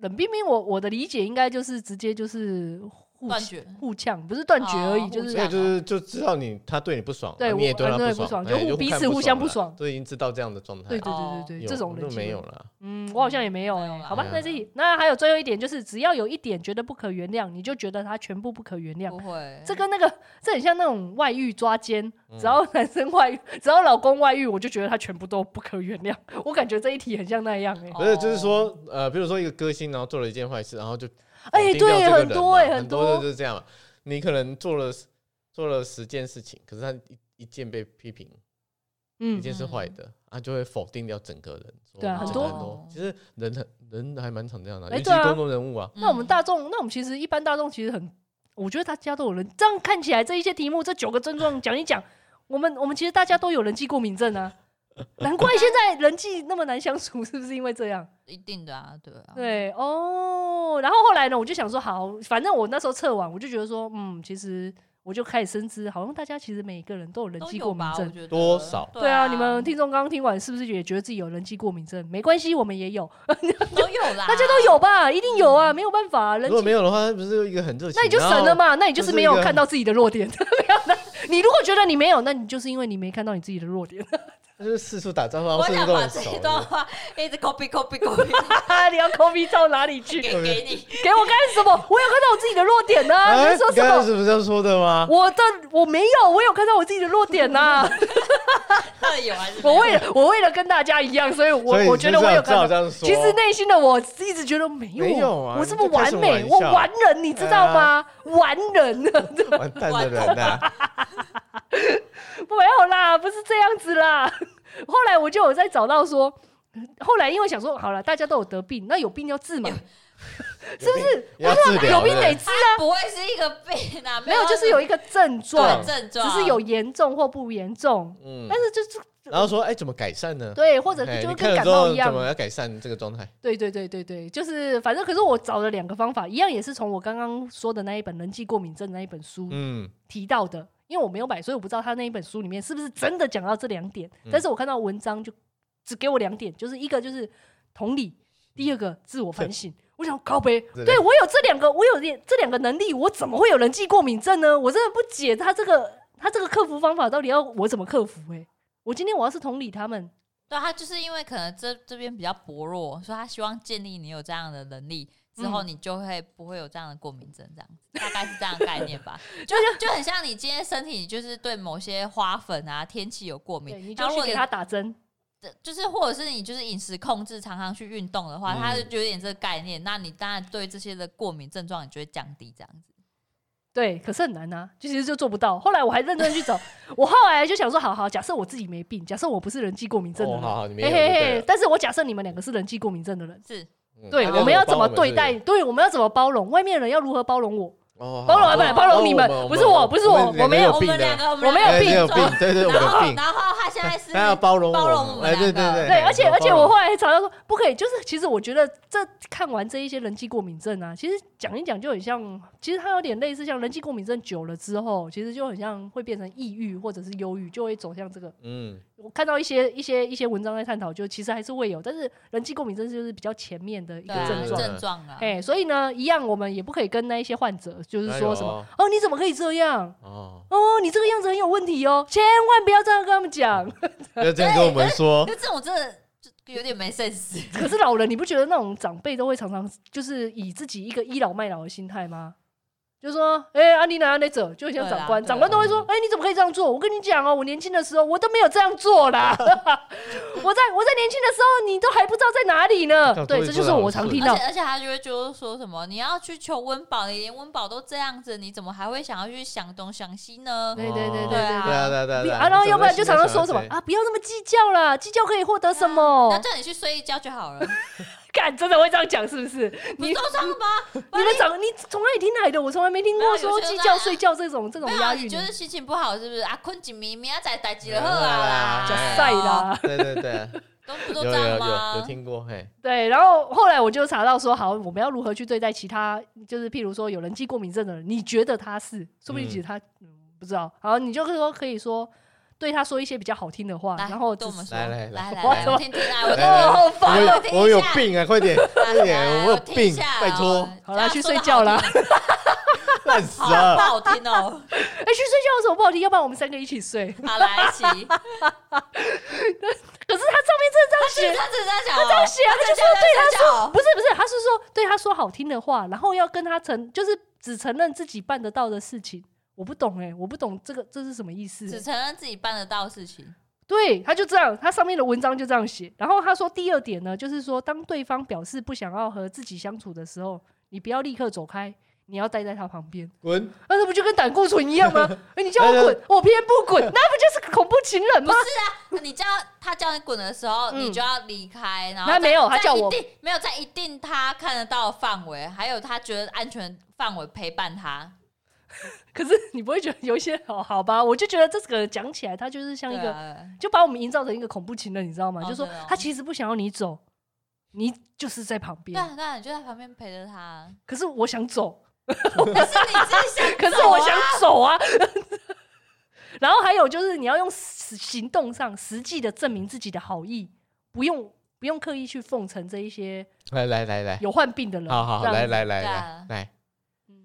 [SPEAKER 1] 冷冰冰我我的理解应该就是直接就是互
[SPEAKER 4] 断绝
[SPEAKER 1] 互呛，不是断绝而已，
[SPEAKER 4] 哦
[SPEAKER 1] 就
[SPEAKER 4] 互
[SPEAKER 1] 是
[SPEAKER 4] 呛
[SPEAKER 2] 没有就是就知道你他对你不爽，
[SPEAKER 1] 对
[SPEAKER 2] 啊你也
[SPEAKER 1] 我
[SPEAKER 2] 对他
[SPEAKER 1] 啊对
[SPEAKER 2] 爽，
[SPEAKER 1] 不爽就
[SPEAKER 2] 哎
[SPEAKER 1] 互彼
[SPEAKER 2] 看
[SPEAKER 1] 此互相不
[SPEAKER 2] 了
[SPEAKER 1] 爽
[SPEAKER 2] 就已经知道这样的状态
[SPEAKER 1] 对对
[SPEAKER 2] 了。
[SPEAKER 1] 对对对，
[SPEAKER 2] 有
[SPEAKER 1] 这种
[SPEAKER 2] 那
[SPEAKER 1] 人际
[SPEAKER 2] 没有
[SPEAKER 1] 关系
[SPEAKER 2] 啦，
[SPEAKER 1] 嗯，我好像也没有
[SPEAKER 4] 没
[SPEAKER 1] 哎、
[SPEAKER 4] 有啦
[SPEAKER 1] 好吧，
[SPEAKER 2] 没有
[SPEAKER 1] 那这里那还有最后一点就是，只要有一点觉得不可原谅，你就觉得他全部不可原谅
[SPEAKER 4] 不。会，
[SPEAKER 1] 这跟那个这很像那种外遇抓奸，
[SPEAKER 2] 嗯
[SPEAKER 1] 只要男生外遇，只要老公外遇，我就觉得他全部都不可原谅。 我感觉这一题很像那样哎、
[SPEAKER 4] 哦
[SPEAKER 2] 不是，就是说，呃，比如说一个歌星，然后做了一件坏事，然后就
[SPEAKER 1] 哎
[SPEAKER 2] 否定掉
[SPEAKER 1] 对
[SPEAKER 2] 这个
[SPEAKER 1] 很
[SPEAKER 2] 人
[SPEAKER 1] 多
[SPEAKER 2] 嘛
[SPEAKER 1] 哎很
[SPEAKER 2] 很
[SPEAKER 1] 多
[SPEAKER 2] 就是这样嘛。你可能做了做了十件事情，可是他一一件被批评，一
[SPEAKER 1] 嗯，
[SPEAKER 2] 件是坏的，啊，就会否定掉整个人。说
[SPEAKER 1] 对啊
[SPEAKER 2] 你
[SPEAKER 1] 很
[SPEAKER 2] 这个人
[SPEAKER 4] 多
[SPEAKER 2] 都其实人很人还蛮常这样的，
[SPEAKER 1] 哎
[SPEAKER 2] 尤其
[SPEAKER 1] 对啊
[SPEAKER 2] 是公众人物啊。
[SPEAKER 4] 嗯
[SPEAKER 1] 那我们大众，那我们其实一般大众其实很，我觉得大家都有人这样看起来，这一些题目这九个症状讲一讲，我们我们其实大家都有人际过敏症啊，难怪现在人际那么难相处，是不是因为这样？
[SPEAKER 4] 一定的啊，对啊，
[SPEAKER 1] 对哦，然后后来呢，我就想说，好，反正我那时候测完，我就觉得说，嗯，其实我就开始深知，好像大家其实每个人都有人
[SPEAKER 4] 都
[SPEAKER 1] 际
[SPEAKER 4] 有
[SPEAKER 1] 过敏
[SPEAKER 4] 吧？我
[SPEAKER 1] 症。
[SPEAKER 4] 觉得
[SPEAKER 2] 多少
[SPEAKER 1] 对啊，你们听众刚刚听完，是不是也觉得自己有人际过敏症？没关系，我们也
[SPEAKER 4] 啊
[SPEAKER 1] 有，
[SPEAKER 4] 都有啦，
[SPEAKER 1] 大家都有吧，一定有啊，没有办法、啊，人
[SPEAKER 2] 如果
[SPEAKER 1] 际
[SPEAKER 2] 没有的话，不是有一个很热情，
[SPEAKER 1] 那你就神了嘛，那你就是
[SPEAKER 2] 就是
[SPEAKER 1] 没
[SPEAKER 2] 一
[SPEAKER 1] 有
[SPEAKER 2] 个
[SPEAKER 1] 看到自己的 弱点，没有。那你如果觉得你没有，那你就是因为你没看到你自己的弱点，
[SPEAKER 2] 然后就是四处打招呼，然后
[SPEAKER 4] 我
[SPEAKER 2] 四
[SPEAKER 4] 想
[SPEAKER 2] 处都
[SPEAKER 4] 把
[SPEAKER 2] 很
[SPEAKER 4] 这
[SPEAKER 2] 熟
[SPEAKER 4] 一。段话一直 copy copy copy
[SPEAKER 1] 你要 copy 到哪里去？
[SPEAKER 4] 给给你，
[SPEAKER 1] 给我干什么？我有看到我自己的弱点呐、啊，你在
[SPEAKER 2] 哎，
[SPEAKER 1] 说
[SPEAKER 2] 你
[SPEAKER 1] 什
[SPEAKER 2] 刚刚
[SPEAKER 1] 么？
[SPEAKER 2] 是不是这样说的 吗？
[SPEAKER 1] 我的我没有，我有看到我自己的弱点呐、
[SPEAKER 4] 到底有还是没有
[SPEAKER 1] 我为了我为了跟大家一样，所以我
[SPEAKER 2] 所以
[SPEAKER 1] 我
[SPEAKER 2] 你
[SPEAKER 1] 觉
[SPEAKER 2] 是
[SPEAKER 1] 得
[SPEAKER 2] 不
[SPEAKER 1] 我
[SPEAKER 2] 是
[SPEAKER 1] 有
[SPEAKER 2] 只好
[SPEAKER 1] 看
[SPEAKER 2] 这
[SPEAKER 1] 到。
[SPEAKER 2] 样说。
[SPEAKER 1] 其实内心的我一直觉得没有，
[SPEAKER 2] 没有啊
[SPEAKER 1] 我这么
[SPEAKER 2] 你就开
[SPEAKER 1] 完
[SPEAKER 2] 什么
[SPEAKER 1] 美，
[SPEAKER 2] 玩
[SPEAKER 1] 我
[SPEAKER 2] 笑啊
[SPEAKER 1] 完人，你知道吗？完人，
[SPEAKER 2] 完蛋的人啊呐，
[SPEAKER 1] 没有啦，不是这样子啦。 后来我就有在找到说，后来因为想说，好了，大家都有得病，那有病要治 嘛，
[SPEAKER 2] 是不是？要治疗
[SPEAKER 1] 有病得
[SPEAKER 2] 对
[SPEAKER 1] 治，啊
[SPEAKER 4] 不会是一个病啊，
[SPEAKER 1] 没有就是有一个症状
[SPEAKER 4] 对，症
[SPEAKER 1] 只
[SPEAKER 4] 状，
[SPEAKER 1] 是有严重或不严重，
[SPEAKER 2] 啊嗯
[SPEAKER 1] 但，是就是
[SPEAKER 2] 然后说，哎，怎么改善呢？
[SPEAKER 1] 对，或者
[SPEAKER 2] 哎
[SPEAKER 1] 就
[SPEAKER 2] 你
[SPEAKER 1] 是跟
[SPEAKER 2] 看了
[SPEAKER 1] 感
[SPEAKER 2] 之
[SPEAKER 1] 冒
[SPEAKER 2] 后
[SPEAKER 1] 一
[SPEAKER 2] 怎
[SPEAKER 1] 样
[SPEAKER 2] 么，要改善这个状态？
[SPEAKER 1] 对对对对对，就是反正可是我找了两个方法，一样也是从我刚刚说的那一本《人际过敏症》那一本书
[SPEAKER 2] 嗯，
[SPEAKER 1] 提到的，因为我没有买，所以我不知道他那一本书里面是不是真的讲到这两点。
[SPEAKER 2] 嗯
[SPEAKER 1] 但是我看到文章就只给我两点，就是一个就是同理，第二个自我反省。我想靠呗，
[SPEAKER 2] 对
[SPEAKER 1] 对我有这两个，我有点这两个能力，我怎么会有人际过敏症呢？我真的不解他这个他这个克服方法到底要我怎么克服、欸？我今天我要是同理他们，
[SPEAKER 4] 对他就是因为可能这这边比较薄弱，所以他希望建立你有这样的能力。之后
[SPEAKER 1] 嗯
[SPEAKER 4] 你就会不会有这样的过敏症，这样 子大概是这样的概念吧，就就很像你今天身体就是对某些花粉啊、天气有过
[SPEAKER 1] 对，
[SPEAKER 4] 敏，
[SPEAKER 1] 你
[SPEAKER 4] 然
[SPEAKER 1] 就
[SPEAKER 4] 后如
[SPEAKER 1] 去
[SPEAKER 4] 果
[SPEAKER 1] 给他打针，
[SPEAKER 4] 这就是或者是你就是饮食控制，常常去运动的话，
[SPEAKER 2] 嗯
[SPEAKER 4] 它就有点这个概念。那你当然对这些的过敏症状，你就会降低这样子。
[SPEAKER 1] 对，可是很难啊，就其实就做不到。后来我还认真去找，我后来就想说，好好，假设我自己没病，假设我不是人际过敏症的
[SPEAKER 2] 哦，
[SPEAKER 1] 人，
[SPEAKER 2] 好好，你没有
[SPEAKER 1] 嘿
[SPEAKER 2] 就对
[SPEAKER 1] 嘿
[SPEAKER 2] 了。
[SPEAKER 1] 嘿，但是我假设你们两个是人际过敏症的人，
[SPEAKER 4] 是，
[SPEAKER 2] 嗯
[SPEAKER 1] 对，
[SPEAKER 2] 大家
[SPEAKER 1] 我们要怎
[SPEAKER 2] 包
[SPEAKER 1] 么
[SPEAKER 2] 容
[SPEAKER 1] 对
[SPEAKER 2] 这个
[SPEAKER 1] 待？对，我们要怎么包容？外面人要如何包容我？
[SPEAKER 2] 哦，
[SPEAKER 1] 包容
[SPEAKER 2] 好
[SPEAKER 1] 啊不然
[SPEAKER 2] 好
[SPEAKER 1] 包容
[SPEAKER 2] 好
[SPEAKER 1] 你
[SPEAKER 2] 我
[SPEAKER 1] 们不是我不是我
[SPEAKER 2] 们两个
[SPEAKER 1] 我没
[SPEAKER 2] 有
[SPEAKER 4] 哎我
[SPEAKER 2] 病
[SPEAKER 4] 们两
[SPEAKER 2] 的，
[SPEAKER 4] 个，
[SPEAKER 1] 我没有
[SPEAKER 4] 两个
[SPEAKER 2] 哎
[SPEAKER 1] 病
[SPEAKER 2] 你有病
[SPEAKER 4] 状，
[SPEAKER 2] 对对，我
[SPEAKER 4] 然
[SPEAKER 2] 有
[SPEAKER 4] 后
[SPEAKER 2] 病，
[SPEAKER 4] 然后他现在是
[SPEAKER 2] 他要包容
[SPEAKER 4] 包容
[SPEAKER 2] 我
[SPEAKER 4] 我
[SPEAKER 2] 们，
[SPEAKER 4] 们
[SPEAKER 2] 哎，对
[SPEAKER 4] 两个
[SPEAKER 2] 对
[SPEAKER 1] 对，而且
[SPEAKER 2] 要
[SPEAKER 1] 而且
[SPEAKER 2] 包
[SPEAKER 1] 我
[SPEAKER 2] 容
[SPEAKER 1] 后来查到说，不可以，就是其实我觉得这看完这一些人际过敏症啊，其实讲一讲就很像，其实它有点类似像人际过敏症久了之后，其实就很像会变成抑郁或者是忧郁，就会走向这个。
[SPEAKER 2] 嗯，
[SPEAKER 1] 我看到一些一些一些文章在探讨，就其实还是会有，但是人际过敏症就是比较前面的一个
[SPEAKER 4] 对啊
[SPEAKER 1] 症
[SPEAKER 2] 对
[SPEAKER 1] 状。
[SPEAKER 4] 症状啊，
[SPEAKER 1] 哎、所以呢，一样我们也不可以跟那一些患者，就是
[SPEAKER 2] 哎
[SPEAKER 1] 说
[SPEAKER 2] 呦
[SPEAKER 1] 什么、哦，你怎么可以这样？
[SPEAKER 2] 哦，
[SPEAKER 1] 哦，你这个样子很有问题哦，千万不要这样跟他们讲。
[SPEAKER 2] 要这样跟我们说
[SPEAKER 4] 可，是这种真的就有点没 sense。
[SPEAKER 1] 可是老人，你不觉得那种长辈都会常常就是以自己一个倚老卖老的心态吗？就说，哎、欸，安妮娜那走，就像
[SPEAKER 4] 对啦
[SPEAKER 1] 长官，
[SPEAKER 4] 对啦
[SPEAKER 1] 长官都会说，哎、你怎么可以这样做？我跟你讲哦，我年轻的时候我都没有这样做啦，我在我在年轻的时候，你都还不知道在哪里 呢。
[SPEAKER 2] 搞
[SPEAKER 1] 对，
[SPEAKER 2] 错
[SPEAKER 1] 这
[SPEAKER 2] 一
[SPEAKER 1] 就是
[SPEAKER 2] 个
[SPEAKER 1] 我
[SPEAKER 2] 老
[SPEAKER 1] 常
[SPEAKER 2] 师
[SPEAKER 1] 听
[SPEAKER 4] 而
[SPEAKER 1] 到
[SPEAKER 4] 且而且他就会就是说什么，你要去求温饱，你连温饱都这样子，你怎么还会想要去想东想西呢？
[SPEAKER 1] 对 对对
[SPEAKER 2] 哦
[SPEAKER 1] 对
[SPEAKER 4] 啊
[SPEAKER 2] 对啊对啊对啊
[SPEAKER 1] 你
[SPEAKER 2] 对
[SPEAKER 1] 啊，然后要不然就常常说什么
[SPEAKER 2] 啊？
[SPEAKER 1] 啊，不要那么计较啦，计较可以获得什么
[SPEAKER 4] 啊那？叫你去睡一觉 就好了，
[SPEAKER 1] 干，真的会这样讲是不 是？
[SPEAKER 4] 不
[SPEAKER 1] 你
[SPEAKER 4] 是都这样吗？
[SPEAKER 1] 你们长你从哪里听来的？我从来没听过
[SPEAKER 4] 没有
[SPEAKER 1] 说
[SPEAKER 4] 有些
[SPEAKER 1] 计
[SPEAKER 4] 人
[SPEAKER 1] 较
[SPEAKER 4] 啊
[SPEAKER 1] 睡觉这种这种
[SPEAKER 4] 没有啊，
[SPEAKER 1] 押韵
[SPEAKER 4] 你
[SPEAKER 1] 的，
[SPEAKER 4] 觉得心情不好是不是啊？困几米，明仔载几了好
[SPEAKER 2] 哎
[SPEAKER 4] 啊啦，
[SPEAKER 1] 就
[SPEAKER 2] 哎
[SPEAKER 1] 晒，啦。
[SPEAKER 2] 对对 对，
[SPEAKER 4] 都不
[SPEAKER 2] 有
[SPEAKER 4] 都
[SPEAKER 2] 有
[SPEAKER 4] 这样吗？
[SPEAKER 2] 有有听过嘿，
[SPEAKER 1] 对，然后后来我就查到说，好，我们要如何去对待其他，就是譬如说有人际过敏症的人，你觉得他是，说不定
[SPEAKER 2] 嗯
[SPEAKER 1] 其实他、嗯不知道。好，你就是说可以说对他说一些比较好听的话，
[SPEAKER 4] 来
[SPEAKER 1] 然后
[SPEAKER 4] 对
[SPEAKER 1] 只
[SPEAKER 4] 我们
[SPEAKER 1] 是
[SPEAKER 4] 说，
[SPEAKER 2] 来
[SPEAKER 4] 来
[SPEAKER 2] 来
[SPEAKER 4] 来
[SPEAKER 2] 来
[SPEAKER 4] 来，
[SPEAKER 1] 我
[SPEAKER 4] 我听听啊，我
[SPEAKER 2] 来来
[SPEAKER 1] 哦，好
[SPEAKER 2] 我
[SPEAKER 1] 烦
[SPEAKER 4] 来
[SPEAKER 1] 哦。
[SPEAKER 4] 听
[SPEAKER 2] 有
[SPEAKER 4] 一
[SPEAKER 2] 我有
[SPEAKER 4] 下
[SPEAKER 2] 病啊！快点，快点，我有病，拜托，
[SPEAKER 1] 好啦去睡觉啦
[SPEAKER 4] 了，
[SPEAKER 2] 烂死
[SPEAKER 4] 好啦不
[SPEAKER 2] 了！
[SPEAKER 4] 好听哦，
[SPEAKER 1] 哎、去睡觉有什么不好听？要不然我们三个一起睡。
[SPEAKER 4] 好来一起，他
[SPEAKER 1] 可是他上面真的这样写，
[SPEAKER 4] 只是在讲哦，
[SPEAKER 1] 这样写啊，他就
[SPEAKER 4] 就
[SPEAKER 1] 说对他说
[SPEAKER 4] 说
[SPEAKER 1] 不是不是，他是说对他说好听的话，然后要跟他承，就是只承认自己办得到的事情。我不懂哎、我不懂这个这是什么意思欸、
[SPEAKER 4] 只承认自己办得到的事情，
[SPEAKER 1] 对，他就这样，他上面的文章就这样写。然后他说第二点呢，就是说当对方表示不想要和自己相处的时候，你不要立刻走开。你要待在他旁边，
[SPEAKER 2] 滚！
[SPEAKER 1] 那、这不就跟胆固醇一样吗？哎你叫我
[SPEAKER 2] 哎
[SPEAKER 1] 滚，我偏不滚，那不就是恐怖情人吗？
[SPEAKER 4] 你叫他叫你滚的时候，
[SPEAKER 1] 嗯
[SPEAKER 4] 你就要离开，然后
[SPEAKER 1] 那
[SPEAKER 4] 在
[SPEAKER 1] 没有他
[SPEAKER 4] 在
[SPEAKER 1] 叫
[SPEAKER 4] 一
[SPEAKER 1] 我
[SPEAKER 4] 定没有在一定他看得到的范围，还有他觉得安全的范围陪伴他，
[SPEAKER 1] 可是你不会觉得有一些好好吧？我就觉得这个讲起来，他就是像一
[SPEAKER 4] 对
[SPEAKER 1] 个
[SPEAKER 4] 啊
[SPEAKER 1] 就把我们营造成一个恐怖情人，你知道吗？
[SPEAKER 4] 哦
[SPEAKER 1] 就说
[SPEAKER 4] 对哦
[SPEAKER 1] 他其实不想要你走，你就是在旁
[SPEAKER 4] 对
[SPEAKER 1] 边。
[SPEAKER 4] 啊对啊，你就在旁边陪着他，
[SPEAKER 1] 可是我想走，
[SPEAKER 4] 可是你自己想，
[SPEAKER 1] 可是我想走啊。 然后还有就是你要用实行动上实际的证明自己的好意，不用不用刻意去奉承这一些
[SPEAKER 2] 来来来来，
[SPEAKER 1] 有患病的人。
[SPEAKER 2] 好好
[SPEAKER 1] 这样
[SPEAKER 2] 来
[SPEAKER 1] 子，
[SPEAKER 2] 来来
[SPEAKER 4] 对
[SPEAKER 2] 来
[SPEAKER 4] 啊
[SPEAKER 2] 来，
[SPEAKER 1] 嗯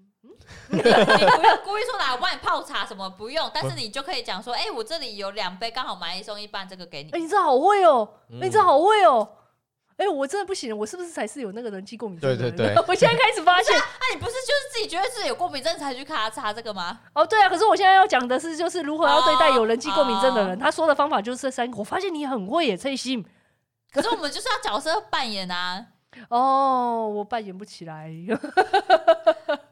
[SPEAKER 4] 你不用 故意说来我帮你泡茶什么不用，但是你就可以讲说，哎、我这里有两杯，刚好买一送一半，这个给你
[SPEAKER 1] 哎，。你这好会哦！哎，
[SPEAKER 2] 嗯
[SPEAKER 1] 你这好会哦！哎，我真的不行，我是不是才是有那个人际过敏症的人？
[SPEAKER 2] 对对 对
[SPEAKER 1] 我现在开始发 现，
[SPEAKER 4] 那、你不是就是自己觉得自己有过敏症才去咔嚓这 个吗？
[SPEAKER 1] 哦，对啊，可是我现在要讲的是，就是如何要对待
[SPEAKER 2] 哦
[SPEAKER 1] 有人际过敏症的人。
[SPEAKER 4] 哦
[SPEAKER 1] 他说的方法就是这三个。我发现你很会耶，翠心。
[SPEAKER 4] 可是我们就是要角色扮演啊，
[SPEAKER 1] 哦，我扮演不起来，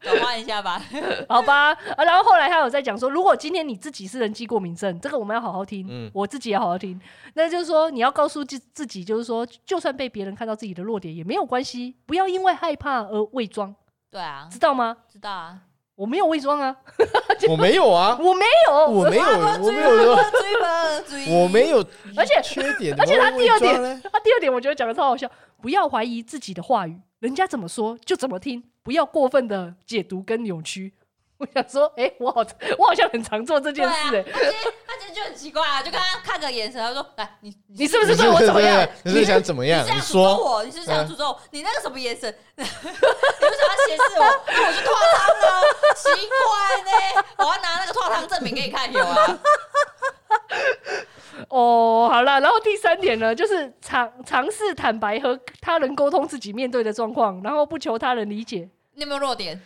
[SPEAKER 4] 转换一下吧。
[SPEAKER 1] 好吧、啊然后后来他有在讲说，如果今天你自己是人际过敏症，这个我们要好好听，
[SPEAKER 2] 嗯
[SPEAKER 1] 我自己也好好听。那就是说，你要告诉自自己，就是说，就算被别人看到自己的弱点也没有关系，不要因为害怕而伪装，
[SPEAKER 4] 对啊
[SPEAKER 1] 知，道吗？
[SPEAKER 4] 知道啊。
[SPEAKER 1] 我没有伪装啊，
[SPEAKER 2] 我没有啊，
[SPEAKER 1] 我没有，
[SPEAKER 2] 我 没有，我没有说，
[SPEAKER 4] 追吧，追
[SPEAKER 2] 我没有，
[SPEAKER 1] 而且
[SPEAKER 2] 缺点，
[SPEAKER 1] 而且他
[SPEAKER 2] 怎么会
[SPEAKER 1] 第二
[SPEAKER 2] 伪
[SPEAKER 1] 点
[SPEAKER 2] 装呢，
[SPEAKER 1] 他啊第二点我觉得讲的超好笑，不要怀疑自己的话语，人家怎么说就怎么听，不要过分的解读跟扭曲。 我想说，哎、我好，我好像很常做这
[SPEAKER 4] 对
[SPEAKER 1] 件
[SPEAKER 4] 啊，他
[SPEAKER 1] 事、
[SPEAKER 4] 今
[SPEAKER 1] 诶
[SPEAKER 4] 天他今天就很奇怪啊，就跟他看个眼神，他说：“来，你
[SPEAKER 1] 你是不是对我怎么样？ 嗯
[SPEAKER 2] 你是想怎么
[SPEAKER 4] 你
[SPEAKER 2] 样
[SPEAKER 4] 是？想
[SPEAKER 2] 你
[SPEAKER 4] 诅咒
[SPEAKER 2] 说，
[SPEAKER 4] 我？你是想诅咒我？你那个什么眼神？ 你为什么要斜视我？那我就脱汤了，奇怪呢！我要拿那个脱汤证明给你看有啊。
[SPEAKER 1] 哦，好啦，然后第三点呢，就是尝尝试坦白和他人沟通自己面对的状况，然后不求他人理解。
[SPEAKER 4] 你有没有弱点？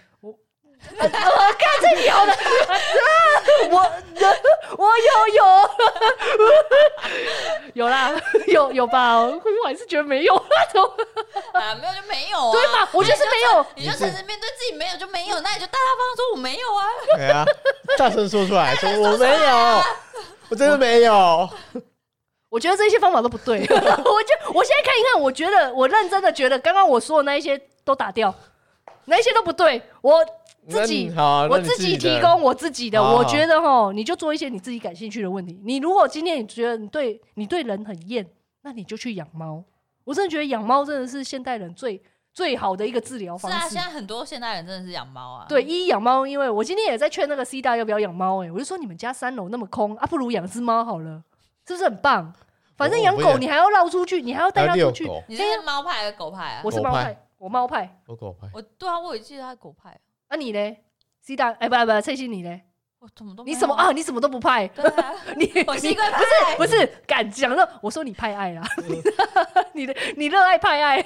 [SPEAKER 1] 呃这里好了，啊 我我有有有啦， 有有吧？我还是觉得没有，怎么
[SPEAKER 4] 啊，没有就没有啊。
[SPEAKER 1] 对吧？我就是没有。
[SPEAKER 4] 你就诚实面对自己没有就没有，那你就大大方方说我没有啊。
[SPEAKER 2] 对啊，大声说出来， 说我没有，我真的没有，
[SPEAKER 1] 我觉得这些方法都不对， 我就我现在看一看，我觉得我认真的觉得，刚刚我说的那一些都打掉，那一些都不对，我自己
[SPEAKER 2] 那你好，
[SPEAKER 1] 我
[SPEAKER 2] 那你
[SPEAKER 1] 自己提
[SPEAKER 2] 的，啊
[SPEAKER 1] 供我自己的，
[SPEAKER 2] 好好
[SPEAKER 1] 我觉得吼，你就做一些你自己感兴趣的问题。你如果今天你觉得你对你对人很厌，那你就去养猫。我真的觉得养猫真的是现代人最最好的一个治疗
[SPEAKER 4] 是
[SPEAKER 1] 方
[SPEAKER 4] 啊，
[SPEAKER 1] 式
[SPEAKER 4] 现。在很多现代人真的是养猫啊。
[SPEAKER 1] 对，一养猫，因为我今天也在劝那个 C 大要不要养猫，哎，我就说你们家三楼那么空啊，不如养只猫好了，是不是很棒？反正
[SPEAKER 2] 我
[SPEAKER 1] 养
[SPEAKER 2] 我不
[SPEAKER 1] 狗
[SPEAKER 2] 养
[SPEAKER 1] 你还要绕出去，你还要带
[SPEAKER 2] 还
[SPEAKER 1] 它
[SPEAKER 2] 有
[SPEAKER 1] 出去。
[SPEAKER 2] 遛狗，
[SPEAKER 4] 你是猫派还是狗派啊？
[SPEAKER 1] 我是
[SPEAKER 2] 狗
[SPEAKER 1] 猫
[SPEAKER 2] 派
[SPEAKER 1] 派，我猫派，
[SPEAKER 2] 我狗派，
[SPEAKER 4] 我对啊，我也记得他是狗派。
[SPEAKER 1] 啊你嘞？C 大，哎不不，翠西你嘞？
[SPEAKER 4] 我怎么都
[SPEAKER 1] 你什么
[SPEAKER 4] 没有？
[SPEAKER 1] 啊？你什么都不派，
[SPEAKER 4] 对啊，
[SPEAKER 1] 你
[SPEAKER 4] 我是
[SPEAKER 1] 你
[SPEAKER 4] 一个派，
[SPEAKER 1] 不是敢讲到我说你派爱啦，
[SPEAKER 2] 嗯
[SPEAKER 1] 你的你热爱派 爱，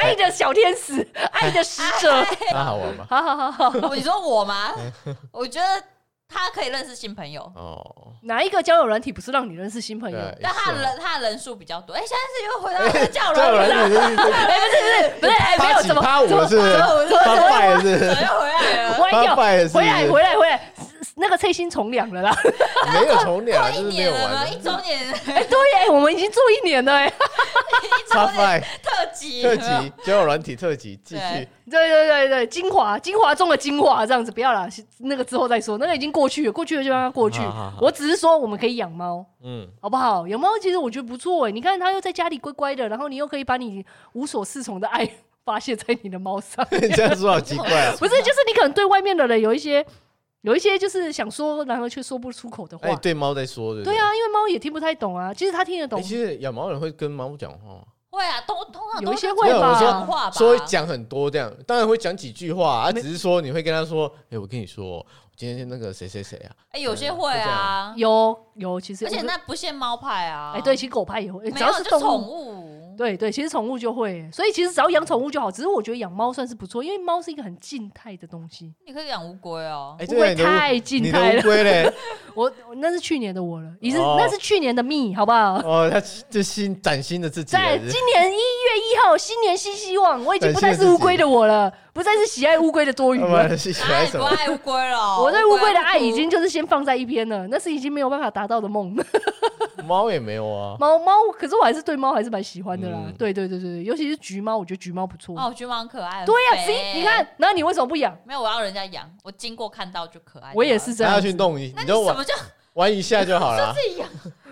[SPEAKER 1] 爱的小天使，爱的使者，
[SPEAKER 2] 那好玩吗？
[SPEAKER 1] 好好好好，
[SPEAKER 4] 啊我你说我吗？我觉得他可以认识新朋友，
[SPEAKER 2] 哦，
[SPEAKER 1] 哪一个交友软体不是让你认识新朋
[SPEAKER 2] 对
[SPEAKER 1] 友？
[SPEAKER 2] 啊，
[SPEAKER 4] 但他的
[SPEAKER 2] 也是啊啊
[SPEAKER 4] 人他的人数比较多。哎，现在是又回到那个 叫
[SPEAKER 2] 这有
[SPEAKER 4] 人，
[SPEAKER 2] 人也是
[SPEAKER 1] 哎，不是不是不是，哎，没
[SPEAKER 2] 趴
[SPEAKER 1] 有
[SPEAKER 2] 几
[SPEAKER 1] 什么
[SPEAKER 2] 趴舞
[SPEAKER 1] 怎么
[SPEAKER 2] 了是不是
[SPEAKER 1] 怎么怎么
[SPEAKER 2] 他败了是不
[SPEAKER 4] 怎么
[SPEAKER 2] 是，
[SPEAKER 4] 又回来了？
[SPEAKER 1] 歪
[SPEAKER 2] 他
[SPEAKER 1] 掉，
[SPEAKER 2] 败了是不
[SPEAKER 1] 回
[SPEAKER 2] 是，
[SPEAKER 1] 来回来回来，那个翠心从良了啦。
[SPEAKER 2] 没有重
[SPEAKER 4] 过
[SPEAKER 2] 俩，
[SPEAKER 4] 一
[SPEAKER 2] 就是没
[SPEAKER 4] 年
[SPEAKER 2] 有
[SPEAKER 4] 了 吗？
[SPEAKER 2] 玩
[SPEAKER 4] 一
[SPEAKER 2] 的，
[SPEAKER 4] 周年
[SPEAKER 1] 哎，对耶，我们已经做一年了哎。
[SPEAKER 4] 一
[SPEAKER 2] 他
[SPEAKER 4] 周年
[SPEAKER 2] 败
[SPEAKER 4] 特辑
[SPEAKER 2] 特
[SPEAKER 4] 有没有
[SPEAKER 2] 辑交友软体特辑继续
[SPEAKER 1] 对
[SPEAKER 4] 对，
[SPEAKER 1] 对对对，精华精华中的精华，这样子不要啦，那个之后再说，那个已经过去了，过去了就让它过去。
[SPEAKER 2] 好好好
[SPEAKER 1] 我只是说我们可以养猫，
[SPEAKER 2] 嗯，
[SPEAKER 1] 好不好？养猫其实我觉得不错哎，你看它又在家里乖乖的，然后你又可以把你无所适从的爱发泄在你的猫 上，
[SPEAKER 2] 你这样说好奇怪啊。
[SPEAKER 1] 不是？就是你可能对外面的人有一些有一些就是想说，然后却说不出口的话。
[SPEAKER 2] 哎，对猫在说，对不
[SPEAKER 1] 对，啊，因为猫也听不太懂啊，其实它听得懂
[SPEAKER 2] 哎，，其实养猫人会跟猫讲话吗，
[SPEAKER 4] 会啊，通通常
[SPEAKER 1] 有一些
[SPEAKER 4] 都
[SPEAKER 1] 会
[SPEAKER 4] 是
[SPEAKER 1] 吧
[SPEAKER 4] 讲话吧，
[SPEAKER 2] 说讲很多这样，当然会讲几句话啊，只是说你会跟他说，哎，我跟你说，今天那个谁谁谁啊，
[SPEAKER 4] 哎，有些会啊，
[SPEAKER 1] 有有其实
[SPEAKER 4] 而且那不限猫派啊，
[SPEAKER 1] 哎对，其实狗派也会，
[SPEAKER 4] 没
[SPEAKER 1] 只
[SPEAKER 4] 有
[SPEAKER 1] 要是
[SPEAKER 4] 就
[SPEAKER 1] 动
[SPEAKER 4] 宠
[SPEAKER 1] 物。
[SPEAKER 4] 物，
[SPEAKER 1] 对对，其实宠物就会，欸所以其实只要养宠物就好。只是我觉得养猫算是不错，因为猫是一个很静态的东西，
[SPEAKER 4] 你可以养乌龟 哦，
[SPEAKER 2] 哎，
[SPEAKER 1] 不会
[SPEAKER 2] 对啊，
[SPEAKER 1] 太
[SPEAKER 2] 你的乌
[SPEAKER 1] 静
[SPEAKER 2] 你的
[SPEAKER 1] 态
[SPEAKER 2] 乌
[SPEAKER 1] 了。
[SPEAKER 2] 龟嘞，
[SPEAKER 1] 我我那是去年的我了，也是、
[SPEAKER 2] 哦
[SPEAKER 1] 那是去年的蜜，好不好？
[SPEAKER 2] 哦，他这新崭新的自己了
[SPEAKER 1] 在
[SPEAKER 2] 是不
[SPEAKER 1] 今
[SPEAKER 2] 是，
[SPEAKER 1] 年一月一号，新年新希望，我已经
[SPEAKER 2] 啊对
[SPEAKER 1] 不再
[SPEAKER 2] 现在
[SPEAKER 1] 是乌
[SPEAKER 2] 自己
[SPEAKER 1] 龟的我了，不再是喜爱乌龟的多余
[SPEAKER 2] 要不然
[SPEAKER 1] 了。
[SPEAKER 2] 是喜
[SPEAKER 4] 啊，
[SPEAKER 2] 欢
[SPEAKER 4] 你
[SPEAKER 2] 什
[SPEAKER 4] 不
[SPEAKER 2] 么？
[SPEAKER 4] 爱乌龟 了，
[SPEAKER 1] 我对乌龟的爱
[SPEAKER 4] 不
[SPEAKER 1] 已经就是先放在一边了，那是已经没有办法达到的梦。
[SPEAKER 2] 猫也没有啊，
[SPEAKER 1] 猫猫，可是我还是对猫还是蛮喜欢的啦。
[SPEAKER 2] 嗯
[SPEAKER 1] 对对对对对，尤其是橘猫，我觉得橘猫不错。
[SPEAKER 4] 哦，我觉得蛮可爱的。
[SPEAKER 1] 对呀、
[SPEAKER 4] 很
[SPEAKER 1] s
[SPEAKER 4] 肥
[SPEAKER 1] e 你看，，那你为什么不养？
[SPEAKER 4] 没有，我要人家养，我经过看到就可爱。
[SPEAKER 1] 我也是，这
[SPEAKER 2] 让
[SPEAKER 1] 样
[SPEAKER 2] 它
[SPEAKER 1] 子。
[SPEAKER 2] 去弄你，
[SPEAKER 4] 那
[SPEAKER 2] 你
[SPEAKER 4] 你
[SPEAKER 2] 就
[SPEAKER 4] 什
[SPEAKER 2] 玩
[SPEAKER 4] 么就
[SPEAKER 2] 玩一下就好了
[SPEAKER 4] 自。己养？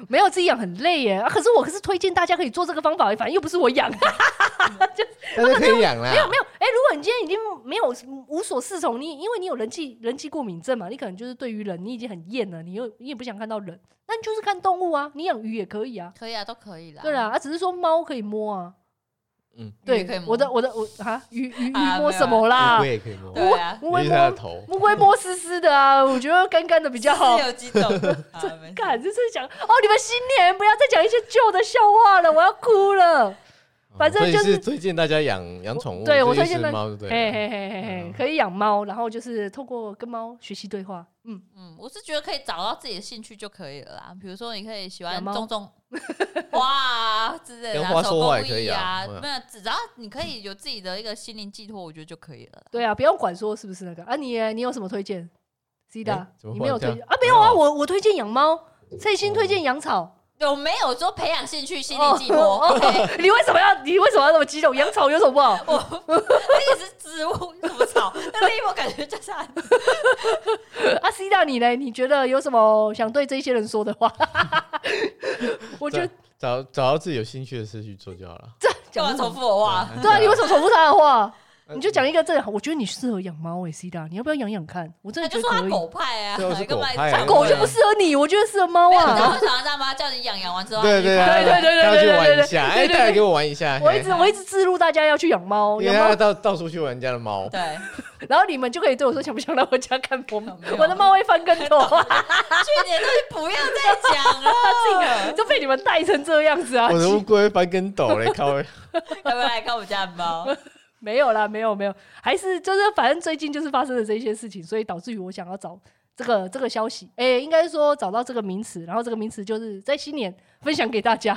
[SPEAKER 1] 没有自己养很累耶、啊！可是我可是推荐大家可以做这个方法，反正又不是我养。没
[SPEAKER 2] 但是可以养啦，
[SPEAKER 1] 有，哎、如果你今天已经没有无所适从，你因为你有人际人际过敏症嘛，你可能就是对于人你已经很厌了，你又你也不想看到人，那你就是看动物啊，你养鱼也 可以啊。
[SPEAKER 4] 可以啊，都可以啦。
[SPEAKER 1] 对啦，啊，只是说猫可以摸啊。
[SPEAKER 2] 嗯，
[SPEAKER 1] 对，
[SPEAKER 4] 鱼可以摸
[SPEAKER 1] 我的我的我啊，鱼鱼鱼
[SPEAKER 4] 啊
[SPEAKER 1] 摸什么
[SPEAKER 2] 乌
[SPEAKER 1] 啦？
[SPEAKER 2] 龟也可以摸，
[SPEAKER 4] 对啊，
[SPEAKER 1] 乌龟
[SPEAKER 2] 尤其是它的
[SPEAKER 1] 摸
[SPEAKER 2] 头。
[SPEAKER 1] 乌龟摸湿湿的啊，我觉得干干的比较好
[SPEAKER 4] 是。有几 种？啊没事
[SPEAKER 1] 干，就是讲哦，你们新年不要再讲一些旧的笑话了，我要哭了。反正
[SPEAKER 2] 所以
[SPEAKER 1] 就是
[SPEAKER 2] 是推荐大家养养宠物，
[SPEAKER 1] 对我
[SPEAKER 2] 就
[SPEAKER 1] 推
[SPEAKER 2] 一
[SPEAKER 1] 荐
[SPEAKER 2] 只
[SPEAKER 1] 大家
[SPEAKER 2] 猫，对
[SPEAKER 1] 嘿
[SPEAKER 2] 了，
[SPEAKER 1] 嘿嘿嘿嘿
[SPEAKER 2] 嗯，
[SPEAKER 1] 可以养猫，然后就是透过跟猫学习对话。嗯，
[SPEAKER 4] 嗯，我是觉得可以找到自己的兴趣就可以了啦。比如说，你可以喜
[SPEAKER 1] 养
[SPEAKER 4] 欢
[SPEAKER 1] 猫
[SPEAKER 4] 种种花啊之类的
[SPEAKER 2] 养
[SPEAKER 4] 啊，
[SPEAKER 2] 花
[SPEAKER 4] 手
[SPEAKER 2] 说话
[SPEAKER 4] 工
[SPEAKER 2] 也可以
[SPEAKER 4] 艺
[SPEAKER 2] 啊
[SPEAKER 4] 啊
[SPEAKER 2] 嗯，
[SPEAKER 4] 没有，只要你可以有自己的一个心灵寄托，我觉得就可以了啦。
[SPEAKER 1] 对啊，不用管说是不是那个啊，你耶你有什么推荐？C
[SPEAKER 2] 诶
[SPEAKER 1] 的，
[SPEAKER 2] 怎么
[SPEAKER 1] 你没有
[SPEAKER 2] 换这
[SPEAKER 1] 推
[SPEAKER 2] 样
[SPEAKER 1] 荐啊？没有啊，
[SPEAKER 2] 没有
[SPEAKER 1] 我我推荐养猫，翠心推荐养草。
[SPEAKER 4] 有没有说培养兴趣、心
[SPEAKER 1] 哦
[SPEAKER 4] 灵寄托？OK，
[SPEAKER 1] 你为什么要你为什么要那么激动？养草有什么不 好？
[SPEAKER 4] 那个是植物，什么草？那另一我感觉就是啊
[SPEAKER 1] 啊，C 大你呢？你觉得有什么想对这些人说的话？ 我觉得
[SPEAKER 2] 找找到自己有兴趣的事去做就好了。
[SPEAKER 4] 干嘛
[SPEAKER 1] 讲什
[SPEAKER 4] 重
[SPEAKER 1] 么
[SPEAKER 4] 复我哇？
[SPEAKER 1] 对啊，你为
[SPEAKER 2] 么？
[SPEAKER 1] 什么重复他的话？
[SPEAKER 2] 呃
[SPEAKER 1] 你就讲一个这，我觉得你适合养猫诶，C 大，你要不要养养看？我真
[SPEAKER 4] 那
[SPEAKER 1] 的
[SPEAKER 4] 就
[SPEAKER 1] 觉得
[SPEAKER 4] 说他
[SPEAKER 1] 可以。
[SPEAKER 4] 狗派啊，
[SPEAKER 2] 啊对我是
[SPEAKER 4] 你干嘛
[SPEAKER 2] 狗派啊
[SPEAKER 4] 讲
[SPEAKER 1] 狗就
[SPEAKER 2] 对啊
[SPEAKER 1] 不适合你，我觉得适合猫
[SPEAKER 4] 没有，你知道
[SPEAKER 1] 啊。
[SPEAKER 4] 为什么要这样吗？叫你养养完之后，
[SPEAKER 2] 对对
[SPEAKER 4] 你
[SPEAKER 1] 对对对对
[SPEAKER 2] 他去
[SPEAKER 1] 对对
[SPEAKER 2] 玩一
[SPEAKER 1] 对
[SPEAKER 2] 下，
[SPEAKER 1] 对
[SPEAKER 2] 哎，
[SPEAKER 1] 对对
[SPEAKER 2] 带来给我玩一下。
[SPEAKER 1] 我
[SPEAKER 2] 嘿
[SPEAKER 1] 一直我一直自入大家要去养猫，
[SPEAKER 2] 因为
[SPEAKER 1] 养
[SPEAKER 2] 他
[SPEAKER 1] 猫，
[SPEAKER 2] 到到处去玩人家的猫，
[SPEAKER 4] 对，
[SPEAKER 1] 然后你们就可以对我说想不想来我家看我
[SPEAKER 4] 啊没有
[SPEAKER 1] 我的猫会翻跟头啊，，
[SPEAKER 4] 去年的东西不要再讲 了
[SPEAKER 1] 就被你们带成这样子啊
[SPEAKER 2] 我！的乌龟翻跟斗嘞，靠！
[SPEAKER 4] 要不要来看我家的 猫？
[SPEAKER 1] 没有啦，没有没有，还是就是反正最近就是发生了这些事情，所以导致于我想要找这个这个消息，诶，应该说找到这个名词，然后这个名词就是在新年分享给大家，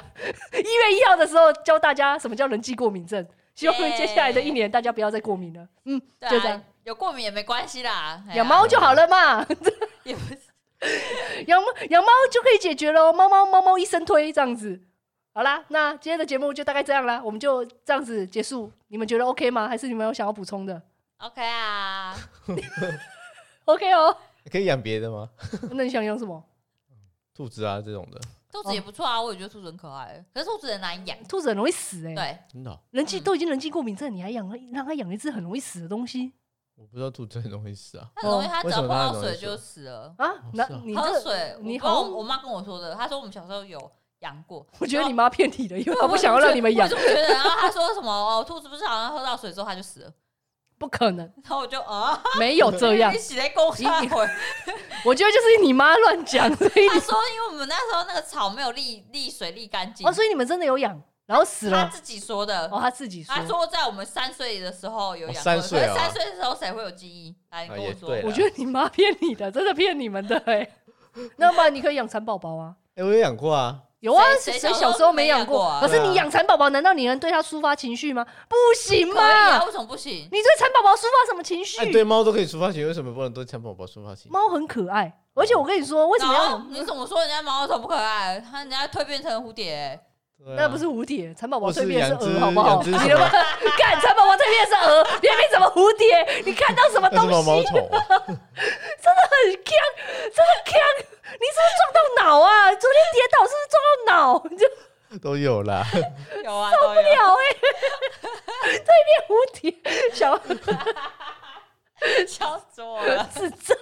[SPEAKER 1] 一月一号的时候教大家什么叫人际过敏症，希望接下来的一年大家不要再过敏了，嗯，
[SPEAKER 4] 对
[SPEAKER 1] 就这样
[SPEAKER 4] 啊，有过敏也没关系啦，哎呀
[SPEAKER 1] 养猫就好了嘛。
[SPEAKER 4] 也不是
[SPEAKER 1] 养猫养猫就可以解决喽，猫猫猫猫一生推这样子。好啦，那今天的节目就大概这样啦，我们就这样子结束。你们觉得 OK 吗？还是你们有想要补充的
[SPEAKER 4] OK 啊，
[SPEAKER 1] ？OK 哦。
[SPEAKER 2] 可以养别的吗？
[SPEAKER 1] 那你想养什么？
[SPEAKER 2] 兔子啊这种的，
[SPEAKER 4] 兔子也不错啊，我也觉得兔子很可爱，可是兔子很难养，
[SPEAKER 1] 兔子很容易死哎、
[SPEAKER 4] 对，
[SPEAKER 2] 真的哦，
[SPEAKER 1] 人际都已经人际过敏症，你还养让它养一只很容易死的东东西
[SPEAKER 2] 我不知道兔子很容易死啊。
[SPEAKER 4] 它很容易，
[SPEAKER 1] 哦
[SPEAKER 4] 它只
[SPEAKER 2] 为
[SPEAKER 4] 要
[SPEAKER 2] 什么
[SPEAKER 4] 碰
[SPEAKER 2] 它
[SPEAKER 4] 到
[SPEAKER 2] 很容易
[SPEAKER 4] 水
[SPEAKER 2] 死
[SPEAKER 4] 就死了。
[SPEAKER 1] 啊？那、
[SPEAKER 2] 是啊
[SPEAKER 1] 你
[SPEAKER 4] 喝
[SPEAKER 1] 这，
[SPEAKER 4] 水，
[SPEAKER 1] 你
[SPEAKER 4] 我不知道
[SPEAKER 1] 好
[SPEAKER 4] 我我妈跟我说的，她说我们小时候有养 过，
[SPEAKER 1] 我觉得你妈骗你的，因为她不想要让你们养
[SPEAKER 4] 我。就觉得，然后她说什么哦，兔子不是好像喝到水之后它就死了，
[SPEAKER 1] 不可能，
[SPEAKER 4] 然后我就啊，
[SPEAKER 1] 没有这样
[SPEAKER 4] 你。洗在公司啊回。
[SPEAKER 1] 我觉得就是你妈乱讲，所以
[SPEAKER 4] 他说，因为我们那时候那个草没有沥沥水沥干净，
[SPEAKER 1] 哦，所以你们真的有养，然后死
[SPEAKER 4] 他
[SPEAKER 1] 了。
[SPEAKER 4] 自己说的。
[SPEAKER 1] 哦，他自己说。
[SPEAKER 4] 他说在我们三岁的时候有
[SPEAKER 2] 哦
[SPEAKER 4] 养过，
[SPEAKER 2] 三岁啊
[SPEAKER 4] 可是三岁的时候谁会有记忆？来你
[SPEAKER 2] 啊
[SPEAKER 4] 跟
[SPEAKER 2] 也
[SPEAKER 4] 我说，
[SPEAKER 2] 对啦
[SPEAKER 1] 我觉得你妈骗你的，真的骗你们的哎、 那不然你可以养蚕宝宝啊。
[SPEAKER 2] 哎，我有养过啊，
[SPEAKER 1] 有啊，
[SPEAKER 4] 谁
[SPEAKER 1] 谁
[SPEAKER 4] 谁小
[SPEAKER 1] 小
[SPEAKER 4] 时
[SPEAKER 1] 时
[SPEAKER 4] 候
[SPEAKER 1] 候
[SPEAKER 4] 没
[SPEAKER 1] 没
[SPEAKER 4] 养
[SPEAKER 1] 养
[SPEAKER 4] 过
[SPEAKER 1] 过？
[SPEAKER 4] 啊
[SPEAKER 1] 可是
[SPEAKER 2] 对啊
[SPEAKER 1] 你养蚕宝宝，难道你能对它抒发情绪吗？不行
[SPEAKER 4] 可以啊，
[SPEAKER 1] 嘛！
[SPEAKER 4] 为什么不行？
[SPEAKER 1] 你对蚕宝宝抒发什么情绪
[SPEAKER 2] 哎，？对猫都可以出发情，为什么不能对蚕宝宝出发情？
[SPEAKER 1] 猫很可爱，而且我跟你说，为什么要
[SPEAKER 2] 嗯
[SPEAKER 4] 然后你怎么说人家毛毛虫不可爱？他人家蜕变成蝴蝶、 欸，
[SPEAKER 2] 对啊
[SPEAKER 1] 那不是蝴蝶，蚕宝宝
[SPEAKER 2] 或是
[SPEAKER 1] 蜕变是
[SPEAKER 2] 养只
[SPEAKER 1] 鹅，好不好？
[SPEAKER 2] 养
[SPEAKER 1] 你
[SPEAKER 2] 只
[SPEAKER 1] 的
[SPEAKER 2] 什么
[SPEAKER 1] 妈，看蚕宝宝蜕变是鹅，你还没怎么蝴蝶？你看到什么
[SPEAKER 2] 那
[SPEAKER 1] 东
[SPEAKER 2] 是毛
[SPEAKER 1] 西？
[SPEAKER 2] 毛虫啊，
[SPEAKER 1] 很呛，真的呛！你是不是撞到脑啊？昨天跌倒是不是撞到脑？你就
[SPEAKER 2] 都有 啦。
[SPEAKER 4] 有啊，都有。
[SPEAKER 1] 屌哎、蜕变蝴蝶，小
[SPEAKER 4] 笑死我了！
[SPEAKER 1] 智障。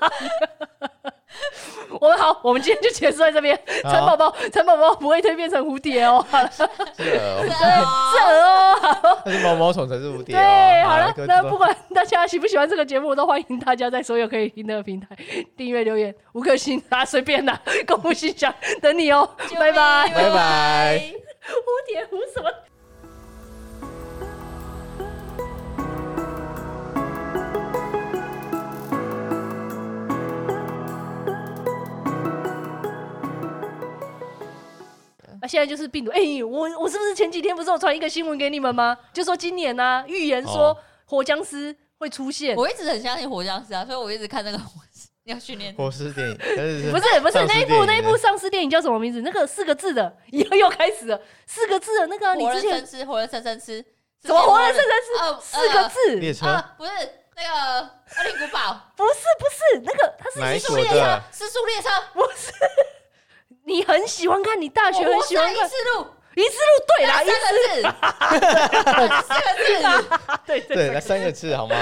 [SPEAKER 1] 我们好，我们今天就结束在这边。
[SPEAKER 2] 好
[SPEAKER 1] 蚕宝宝，蚕宝宝不会蜕变成蝴蝶哦，好了，是
[SPEAKER 2] 是哦，
[SPEAKER 4] 对，
[SPEAKER 1] 鹅哦。
[SPEAKER 2] 那是毛毛虫才是蝴蝶哦。
[SPEAKER 1] 对，好
[SPEAKER 2] 啊
[SPEAKER 1] 了
[SPEAKER 2] 各，位
[SPEAKER 1] 那
[SPEAKER 2] 知道
[SPEAKER 1] 不管大家喜不喜欢这个节目，都欢迎大家在所有可以听的平台订阅、留言、五颗星啊，随便啦，公布信箱等你哦，拜拜。
[SPEAKER 2] 拜拜。
[SPEAKER 1] 蝴蝶蝴什么？啊，现在就是病毒。哎、我我是不是前几天不是有传一个新闻给你们吗？就说今年呢、啊，预言说
[SPEAKER 2] 哦
[SPEAKER 1] 活僵尸会出现。
[SPEAKER 4] 我一直很相信活僵尸啊，所以我一直看那个要训练。
[SPEAKER 1] 哦
[SPEAKER 2] 活尸电影，但是
[SPEAKER 1] 不是不是
[SPEAKER 2] 丧尸
[SPEAKER 1] 那一
[SPEAKER 2] 电
[SPEAKER 1] 部
[SPEAKER 2] 影
[SPEAKER 1] 那一部
[SPEAKER 2] 呢嗯
[SPEAKER 1] 丧尸电影叫什么名字？那个四个字的，以后又开始了，四个字的那个啊、你
[SPEAKER 4] 活
[SPEAKER 1] 之
[SPEAKER 4] 人
[SPEAKER 1] 前
[SPEAKER 4] 生吃，活人生生吃，
[SPEAKER 1] 怎么活人生
[SPEAKER 4] 呃
[SPEAKER 1] 生是四个字？
[SPEAKER 2] 列车
[SPEAKER 4] 啊，不是那个恶灵古堡，
[SPEAKER 1] 不是不是，那个它
[SPEAKER 2] 哪
[SPEAKER 1] 是
[SPEAKER 2] 一
[SPEAKER 1] 一
[SPEAKER 2] 所
[SPEAKER 1] 种
[SPEAKER 4] 列车
[SPEAKER 2] 的，
[SPEAKER 4] 失速列车，
[SPEAKER 1] 不是。你很喜欢看，你大学
[SPEAKER 4] 我
[SPEAKER 1] 很
[SPEAKER 4] 活
[SPEAKER 1] 喜欢
[SPEAKER 4] 塞一
[SPEAKER 1] 看
[SPEAKER 4] 次路，
[SPEAKER 1] 一次路，对 啦，
[SPEAKER 4] 那
[SPEAKER 1] 一
[SPEAKER 4] 三个字，四个字。
[SPEAKER 1] 啊对对
[SPEAKER 2] 对，那三个字好吗？